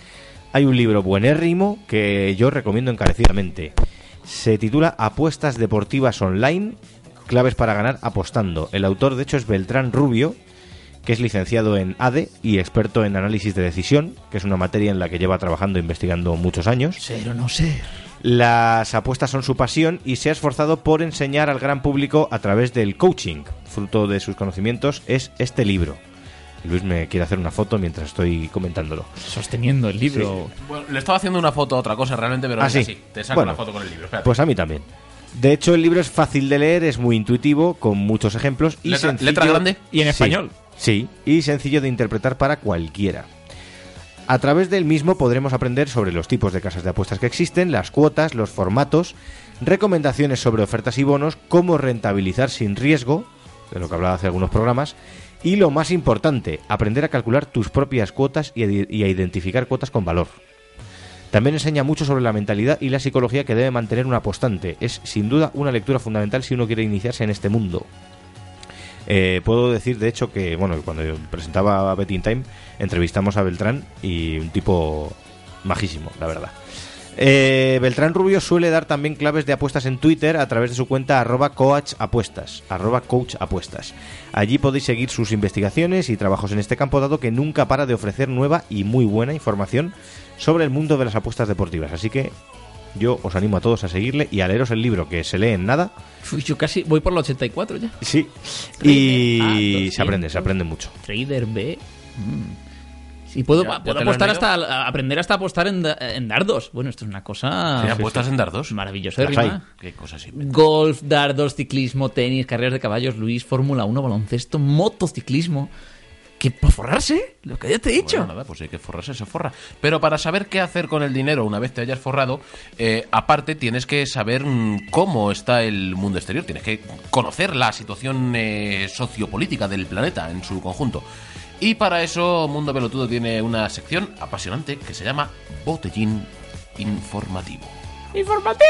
S2: hay un libro buenérrimo que yo recomiendo encarecidamente. Se titula Apuestas Deportivas Online, claves para ganar apostando. El autor, de hecho, es Beltrán Rubio, que es licenciado en ADE y experto en análisis de decisión, que es una materia en la que lleva trabajando e investigando muchos años. Las apuestas son su pasión y se ha esforzado por enseñar al gran público a través del coaching. Fruto de sus conocimientos es este libro. Luis me quiere hacer una foto mientras estoy comentándolo.
S5: Sosteniendo el libro.
S1: Bueno, le estaba haciendo una foto a otra cosa realmente, pero
S2: Ah,
S1: es así.
S2: sí.
S1: Te saco
S2: Bueno,
S1: una foto con el libro. Espérate.
S2: Pues a mí también. De hecho, el libro es fácil de leer, es muy intuitivo, con muchos ejemplos y
S1: Letra-
S2: sencillo-
S1: letra grande.
S5: Y en
S2: Sí,
S5: español.
S2: Sí, y sencillo de interpretar para cualquiera. A través del mismo podremos aprender sobre los tipos de casas de apuestas que existen, las cuotas, los formatos, recomendaciones sobre ofertas y bonos, cómo rentabilizar sin riesgo, de lo que hablaba hace algunos programas, y lo más importante, aprender a calcular tus propias cuotas y a di- y a identificar cuotas con valor. También enseña mucho sobre la mentalidad y la psicología que debe mantener un apostante. Es sin duda una lectura fundamental si uno quiere iniciarse en este mundo. Eh, puedo decir, de hecho, que bueno, cuando yo presentaba Betting Time, entrevistamos a Beltrán y un tipo majísimo, la verdad. Eh, Beltrán Rubio suele dar también claves de apuestas en Twitter a través de su cuenta arroba coachapuestas, arroba coachapuestas. Allí podéis seguir sus investigaciones y trabajos en este campo, dado que nunca para de ofrecer nueva y muy buena información sobre el mundo de las apuestas deportivas. Así que yo os animo a todos a seguirle y a leeros el libro que se lee en nada.
S5: Uy, yo casi voy por la 84 ya.
S2: Sí.
S5: Ah,
S2: Y
S5: doscientos.
S2: se aprende, se aprende mucho.
S5: Trader B. Si Mm. puedo,
S1: Ya- ya
S5: puedo
S1: te lo
S5: apostar
S1: han leído.
S5: hasta a- aprender hasta apostar en, da- en dardos. Bueno, esto es una cosa
S1: ¿Te apuestas en dardos?
S5: maravillosa.
S2: Las hay.
S1: Qué cosa sí.
S5: Golf, dardos, ciclismo, tenis, carreras de caballos, Luis, Fórmula 1, baloncesto, motociclismo. Que para forrarse, lo que ya te he dicho.
S1: Bueno, nada, pues hay que forrarse, se forra. Pero para saber qué hacer con el dinero una vez te hayas forrado, eh, aparte tienes que saber mm, cómo está el mundo exterior, tienes que conocer la situación eh, sociopolítica del planeta en su conjunto. Y para eso Mundo Pelotudo tiene una sección apasionante que se llama Botellín Informativo.
S4: ¡Informativo!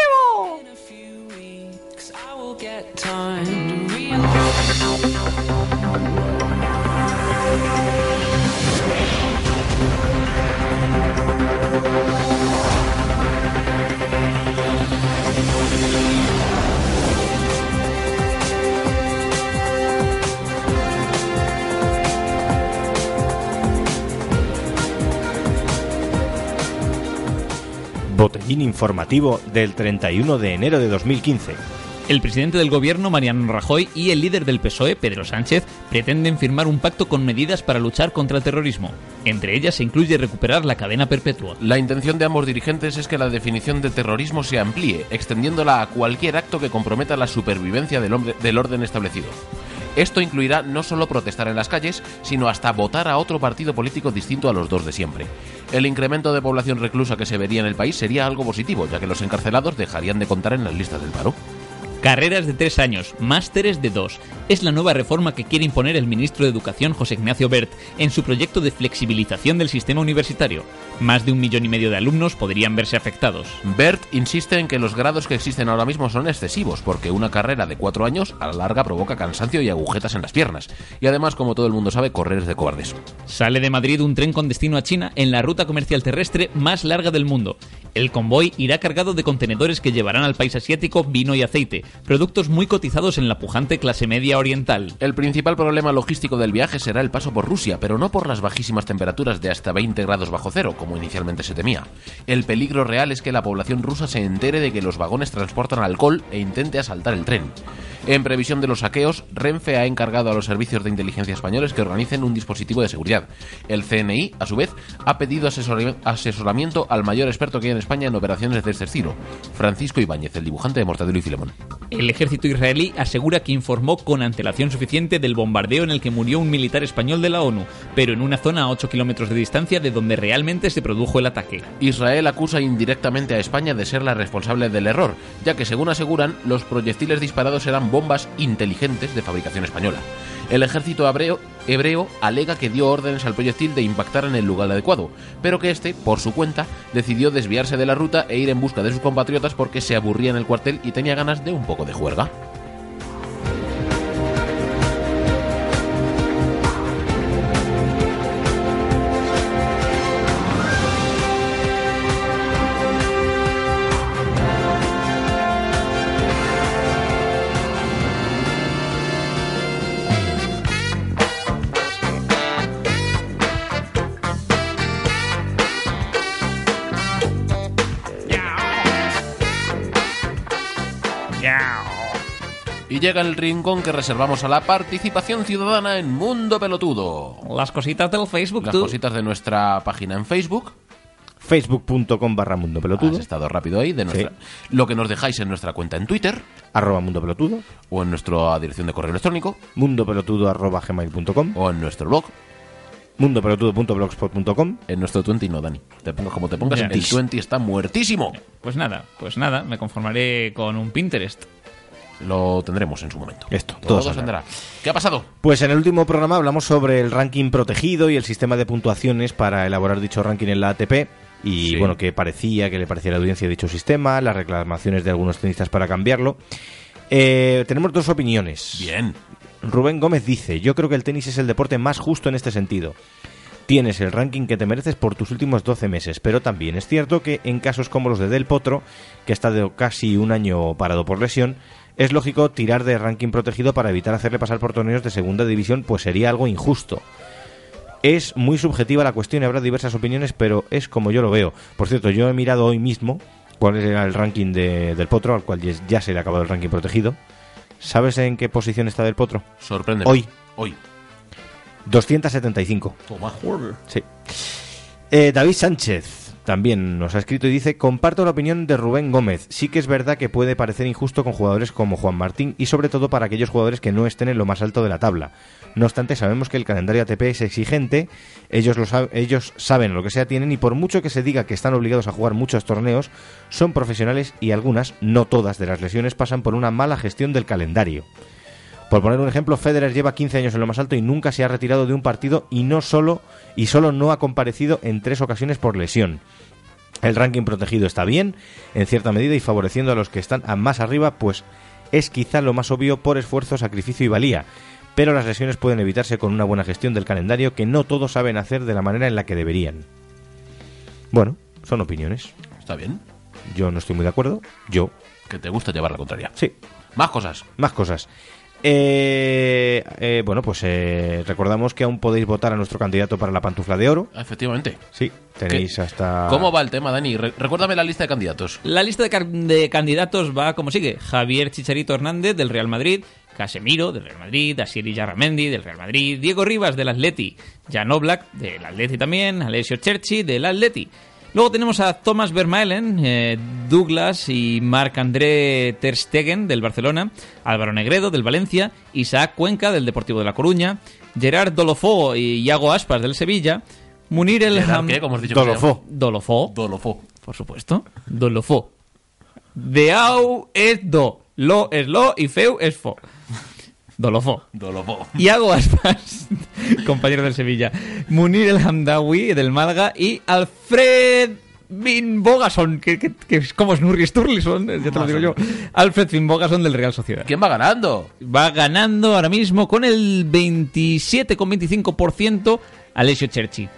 S2: Botequín informativo del 31 de enero de 2015.
S5: El presidente del gobierno, Mariano Rajoy, y el líder del PSOE, E, Pedro Sánchez, pretenden firmar un pacto con medidas para luchar contra el terrorismo. Entre ellas se incluye recuperar la cadena perpetua.
S1: La intención de ambos dirigentes es que la definición de terrorismo se amplíe, extendiéndola a cualquier acto que comprometa la supervivencia del, hombre- del orden establecido. Esto incluirá no solo protestar en las calles, sino hasta votar a otro partido político distinto a los dos de siempre. El incremento de población reclusa que se vería en el país sería algo positivo, ya que los encarcelados dejarían de contar en las listas del paro.
S5: Carreras de tres años, másteres de dos. Es la nueva reforma que quiere imponer el ministro de Educación José Ignacio Bert en su proyecto de flexibilización del sistema universitario. Más de un millón y medio de alumnos podrían verse afectados.
S1: Bert insiste en que los grados que existen ahora mismo son excesivos, porque una carrera de cuatro años a la larga provoca cansancio y agujetas en las piernas. Y además, como todo el mundo sabe, correr es de cobardes.
S5: Sale de Madrid un tren con destino a China en la ruta comercial terrestre más larga del mundo. El convoy irá cargado de contenedores que llevarán al país asiático vino y aceite, productos muy cotizados en la pujante clase media oriental.
S1: El principal problema logístico del viaje será el paso por Rusia, pero no por las bajísimas temperaturas de hasta 20 grados bajo cero, como inicialmente se temía. El peligro real es que la población rusa se entere de que los vagones transportan alcohol e intente asaltar el tren. En previsión de los saqueos, Renfe ha encargado a los servicios de inteligencia españoles que organicen un dispositivo de seguridad. El CNI, a su vez, ha pedido asesori- asesoramiento al mayor experto que hay en España en operaciones de este estilo, Francisco Ibáñez, el dibujante de Mortadelo y Filemón.
S5: El ejército israelí asegura que informó con antelación suficiente del bombardeo en el que murió un militar español de la ONU, pero en una zona a 8 kilómetros de distancia de donde realmente se produjo el ataque.
S1: Israel acusa indirectamente a España de ser la responsable del error, ya que según aseguran, los proyectiles disparados eran bombas inteligentes de fabricación española. El ejército hebreo, hebreo alega que dio órdenes al proyectil de impactar en el lugar adecuado, pero que este, por su cuenta, decidió desviarse de la ruta e ir en busca de sus compatriotas porque se aburría en el cuartel y tenía ganas de un poco de juerga. Y llega el rincón que reservamos a la participación ciudadana en Mundo Pelotudo.
S5: Las cositas del Facebook,
S1: Las
S5: tú.
S1: cositas de nuestra página en Facebook,
S2: Facebook.com barra Mundo Pelotudo,
S1: Has estado rápido ahí. De nuestra-
S2: Sí.
S1: Lo que nos dejáis en nuestra cuenta en Twitter
S2: arroba Mundo Pelotudo,
S1: o en nuestra dirección de correo electrónico
S2: Mundo Pelotudo arroba gmail.com,
S1: o en nuestro blog,
S2: Mundo Pelotudo.blogspot.com.
S1: en nuestro 20 no, Dani. Te pongas como te pongas,
S5: Ya.
S1: el 20 está muertísimo.
S5: Pues nada, pues nada, me conformaré con un Pinterest.
S1: Lo tendremos en su momento.
S2: Esto,
S1: todo,
S2: todo saldrá.
S1: saldrá. ¿Qué ha pasado?
S2: Pues en el último programa hablamos sobre el ranking protegido y el sistema de puntuaciones para elaborar dicho ranking en la ATP. Y
S1: Sí.
S2: bueno, qué parecía, que le parecía a la audiencia dicho sistema, las reclamaciones de algunos tenistas para cambiarlo. Eh, tenemos dos opiniones.
S1: Bien.
S2: Rubén Gómez dice, yo creo que el tenis es el deporte más justo en este sentido. Tienes el ranking que te mereces por tus últimos 12 meses, pero también es cierto que en casos como los de Del Potro, que ha estado casi un año parado por lesión, es lógico tirar de ranking protegido para evitar hacerle pasar por torneos de segunda división, pues sería algo injusto. Es muy subjetiva la cuestión y habrá diversas opiniones, pero es como yo lo veo. Por cierto, yo he mirado hoy mismo cuál era el ranking de- del Potro, al cual ya- ya se le ha acabado el ranking protegido. ¿Sabes en qué posición está Del Potro?
S1: Sorprende.
S2: Hoy.
S1: Hoy.
S2: 275.
S1: Toma.
S2: Sí. Eh, David Sánchez también nos ha escrito y dice, comparto la opinión de Rubén Gómez. Sí que es verdad que puede parecer injusto con jugadores como Juan Martín y sobre todo para aquellos jugadores que no estén en lo más alto de la tabla. No obstante, sabemos que el calendario ATP es exigente, ellos, lo sab- ellos saben lo que sea tienen y por mucho que se diga que están obligados a jugar muchos torneos, son profesionales y algunas, no todas, de las lesiones pasan por una mala gestión del calendario. Por poner un ejemplo, Federer lleva 15 años en lo más alto y nunca se ha retirado de un partido y no solo y solo no ha comparecido en tres ocasiones por lesión. El ranking protegido está bien, en cierta medida, y favoreciendo a los que están a más arriba, pues es quizá lo más obvio por esfuerzo, sacrificio y valía. Pero las lesiones pueden evitarse con una buena gestión del calendario que no todos saben hacer de la manera en la que deberían. Bueno, son opiniones.
S1: Está bien.
S2: Yo no estoy muy de acuerdo. Yo,
S1: Que te gusta llevar la contraria.
S2: sí.
S1: Más cosas.
S2: Más cosas. Eh, eh, bueno, pues eh, recordamos que aún podéis votar a nuestro candidato para la pantufla de oro.
S1: Ah, Efectivamente.
S2: Sí, tenéis hasta.
S1: ¿Cómo va el tema, Dani? Re- recuérdame la lista de candidatos.
S5: La lista de, can- de candidatos va como sigue: Javier Chicharito Hernández del Real Madrid, Casemiro del Real Madrid, Asier Yarramendi del Real Madrid, Diego Rivas del Atleti, Jan Oblak del Atleti también, Alessio Cherchi del Atleti. Luego tenemos a Thomas Vermaelen, eh, Douglas y Marc-André Ter Stegen del Barcelona, Álvaro Negredo del Valencia, Isaac Cuenca del Deportivo de La Coruña, Gerard Dolofó y Iago Aspas del Sevilla, Munir El
S1: Gerard,
S5: Ham-
S1: ¿Qué? Como has dicho. que se llama.
S2: Dolofó.
S5: Dolofó
S1: Dolofó.
S5: por supuesto. Dolofó. Deau es do. Lo es lo y feu es fo. Dolofó.
S1: Dolofó.
S5: Iago Aspas, compañero del Sevilla. Munir el Hamdawi del Málaga y Alfred Finbogason, que, que- que es como Snurri Sturlison, ya te lo digo yo. Alfred Finbogason del Real Sociedad.
S1: ¿Quién va ganando?
S5: Va ganando ahora mismo con el 27,25% Alessio Cherchi.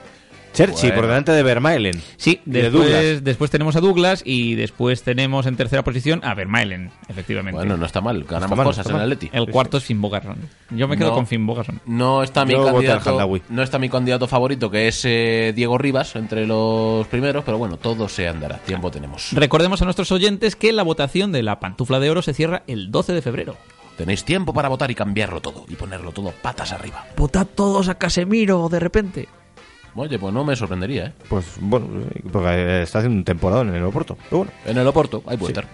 S2: Cherchi, por
S1: Bueno.
S2: delante de Vermaelen.
S5: Sí,
S2: Y de
S5: después,
S2: Douglas.
S5: después tenemos a Douglas y después tenemos en tercera posición a Vermaelen, efectivamente.
S1: Bueno, no está mal. Ganamos
S2: Está mal,
S1: cosas
S2: está
S1: en
S2: mal.
S1: Atleti.
S5: El cuarto es Finn Bogason. Yo me quedo
S1: No.
S5: con Finn Bogason.
S1: No está mi
S2: Yo voto al
S1: candidato.
S2: Handawi.
S1: No está mi candidato favorito, que es eh, Diego Rivas, entre los primeros, pero bueno, todo se andará. Tiempo tenemos.
S5: Recordemos a nuestros oyentes que la votación de la pantufla de oro se cierra el 12 de febrero.
S1: Tenéis tiempo para votar y cambiarlo todo y ponerlo todo patas arriba.
S5: Votad todos a Casemiro de repente.
S1: Oye, pues no me sorprendería, ¿eh?
S2: Pues bueno, porque está haciendo un temporada en el aeropuerto. Pero bueno.
S1: En el Oporto, ahí puede estar.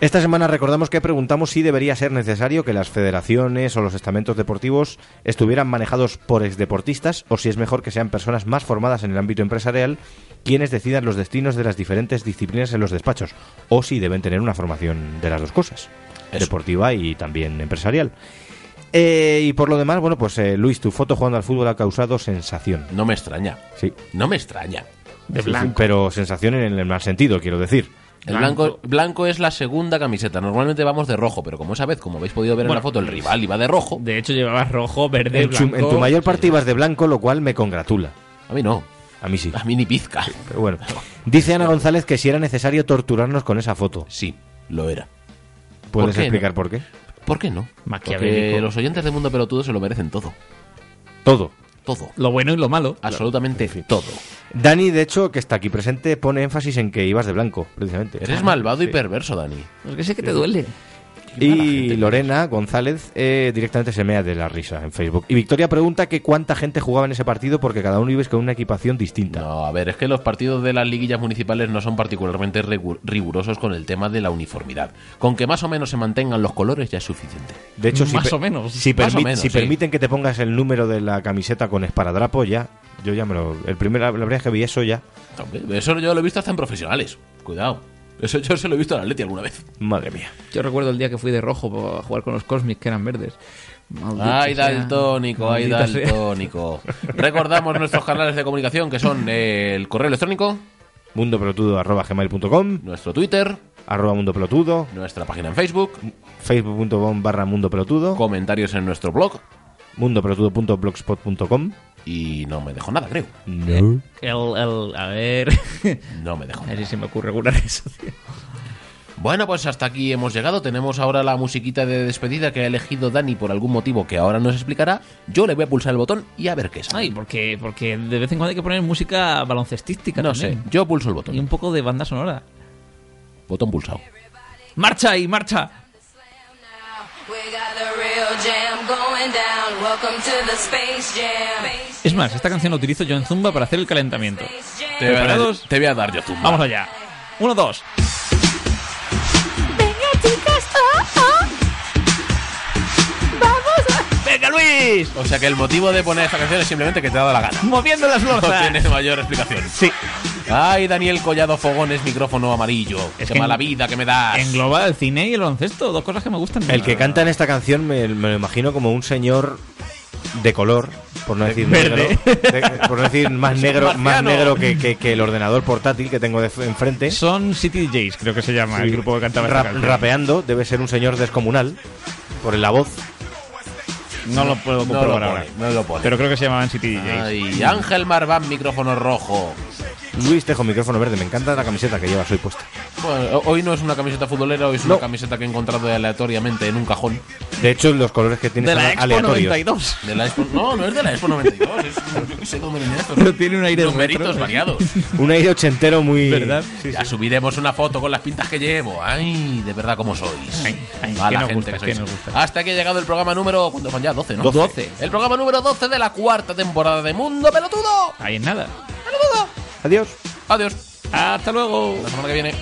S2: Esta semana recordamos que preguntamos si debería ser necesario que las federaciones o los estamentos deportivos estuvieran manejados por exdeportistas o si es mejor que sean personas más formadas en el ámbito empresarial quienes decidan los destinos de las diferentes disciplinas en los despachos o si deben tener una formación de las dos cosas,
S1: Eso.
S2: deportiva y también empresarial. Eh, y por lo demás, bueno, pues eh, Luis, tu foto jugando al fútbol ha causado sensación.
S1: No me extraña.
S2: Sí,
S1: No me extraña.
S2: Sí, sí, pero sensación en el mal sentido, quiero decir.
S1: El blanco. blanco es la segunda camiseta. Normalmente vamos de rojo, pero como esa vez, como habéis podido ver
S5: Bueno.
S1: en la foto, el rival iba de rojo.
S5: De hecho, llevabas rojo, verde,
S2: En tu, en
S5: blanco.
S2: tu mayor parte ibas de blanco, lo cual me congratula.
S1: A mí no.
S2: A mí sí.
S1: A mí ni pizca.
S2: Pero bueno. Dice Ana González que si era necesario torturarnos con esa foto.
S1: Sí, lo era.
S2: ¿Puedes
S1: qué
S2: explicar
S1: no?
S2: por qué?
S1: ¿Por qué no?
S5: Maquiavélico.
S1: Porque los oyentes de Mundo Pelotudo se lo merecen todo.
S2: Todo.
S1: Todo.
S5: Lo bueno y lo malo.
S1: Absolutamente todo.
S2: Dani, de hecho, que está aquí presente, pone énfasis en que ibas de blanco, precisamente.
S1: Eres malvado y perverso, Dani.
S5: Pues que sé que te duele.
S2: Y Lorena González eh, directamente se mea de la risa en Facebook. Y Victoria pregunta que cuánta gente jugaba en ese partido porque cada uno ibas con una equipación distinta.
S1: No, a ver, es que los partidos de las liguillas municipales no son particularmente rigu- rigurosos con el tema de la uniformidad. Con que más o menos se mantengan los colores ya es suficiente.
S2: De hecho, si,
S5: Más
S2: pe-
S5: o menos.
S2: si,
S1: Más o
S2: permi-
S1: menos,
S2: si
S1: sí.
S2: permiten que te pongas el número de la camiseta con esparadrapo, ya. Yo ya me lo. El primer, la verdad es que vi eso ya.
S1: Hombre, Eso yo lo he visto hasta en profesionales. Cuidado. Eso yo se lo he visto al Atleti alguna vez.
S2: Madre mía.
S5: Yo recuerdo el día que fui de rojo a jugar con los Cosmics que eran verdes.
S1: Ay, daltónico, ay, daltónico. Recordamos nuestros canales de comunicación que son eh, el correo electrónico,
S2: Mundopelotudo arroba gmail.com,
S1: nuestro Twitter,
S2: arroba mundopelotudo,
S1: nuestra página en Facebook,
S2: facebook.com barra mundopelotudo,
S1: comentarios en nuestro blog
S2: mundopelotudo.blogspot.com.
S1: y no me dejó nada, creo.
S2: No.
S5: El, el, a ver.
S1: No me dejó
S5: a
S1: nada.
S5: ver si se me ocurre alguna red social.
S1: Bueno, pues hasta aquí hemos llegado. Tenemos ahora la musiquita de despedida que ha elegido Dani por algún motivo que ahora nos explicará. Yo le voy a pulsar el botón y a ver qué es.
S5: Ay, porque, porque de vez en cuando hay que poner música baloncestística.
S1: no sé,
S5: también.
S1: yo pulso el
S5: Y un
S1: botón.
S5: poco de banda sonora.
S1: Botón pulsado.
S5: ¡Marcha y marcha! Es más, esta canción la utilizo yo en Zumba para hacer el calentamiento.
S1: Te voy a dar,
S5: ¿Preparados?
S1: te voy a dar yo zumba.
S5: Vamos allá. Uno, dos.
S9: Venga, chicas. Oh, oh. Vamos.
S5: ¡Venga, Luis!
S1: O sea que el motivo de poner esta canción es simplemente que te ha dado la gana.
S5: ¡Moviendo las
S1: No
S5: lorzas!
S1: tiene mayor explicación. Sí. Ay, Daniel Collado Fogones, micrófono amarillo.
S5: Es
S1: qué
S5: que
S1: mala
S5: en-
S1: vida que me das.
S5: Engloba el cine y el baloncesto, dos cosas que me gustan.
S2: El que canta en esta canción me, me lo imagino como un señor de color, por no decir
S5: Verde.
S2: negro, de- por no decir más negro, más
S1: marciano.
S2: negro que, que- que el ordenador portátil que tengo de f- enfrente.
S5: Son City Jays, creo que se llama el grupo que cantaba este
S2: Rap- eh.
S5: esta canción.
S2: rapeando, debe ser un señor descomunal por la voz.
S5: No lo puedo
S1: No lo
S5: comprobar
S1: pone,
S5: ahora.
S1: no lo pone.
S5: Pero creo que se llamaban City DJs.
S1: Ay, Ángel Marván, micrófono rojo.
S2: Luis Tejo, micrófono verde. Me encanta la camiseta que llevas hoy puesta.
S1: Bueno, hoy no es una camiseta futbolera, hoy es
S2: No.
S1: una camiseta que he encontrado aleatoriamente en un cajón.
S2: De hecho, los colores que tienes
S5: De la
S2: son
S5: Expo
S2: aleatorios.
S5: 92.
S1: De la Expo- no, no es de la Expo 92, es, yo qué sé dónde viene esto.
S5: Pero tiene un aire
S1: Numeritos
S5: retro. ¿eh?
S1: variados.
S2: Un aire ochentero muy.
S5: ¿Verdad?
S2: Sí, sí.
S1: Ya subiremos una foto con las pintas que llevo. Ay, de verdad como sois.
S5: Ay, ay,
S1: Mala
S5: que nos
S1: gente
S5: gusta,
S1: que sois.
S5: que nos gusta.
S1: Hasta que ha llegado el programa número. ¿Cuántos van ya? 12, ¿no?
S5: 12.
S1: El programa número 12 de la cuarta temporada de Mundo Pelotudo.
S5: Ahí en nada.
S2: Adiós.
S1: Adiós.
S5: Hasta luego.
S1: La semana que viene.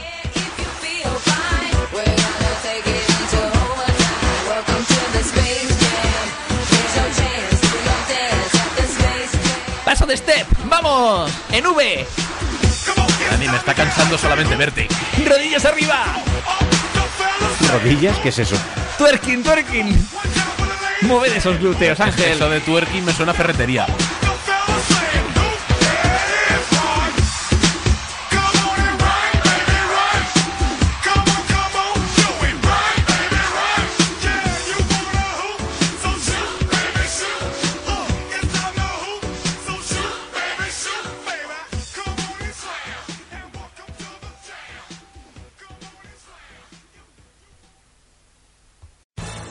S5: Paso de step. Vamos. En V.
S1: Dani, me está cansando solamente verte.
S5: Rodillas arriba.
S2: ¿Rodillas? ¿Qué es eso?
S5: Twerking, twerking. Mueve de esos glúteos, Ángel.
S1: Eso de twerking me suena a ferretería.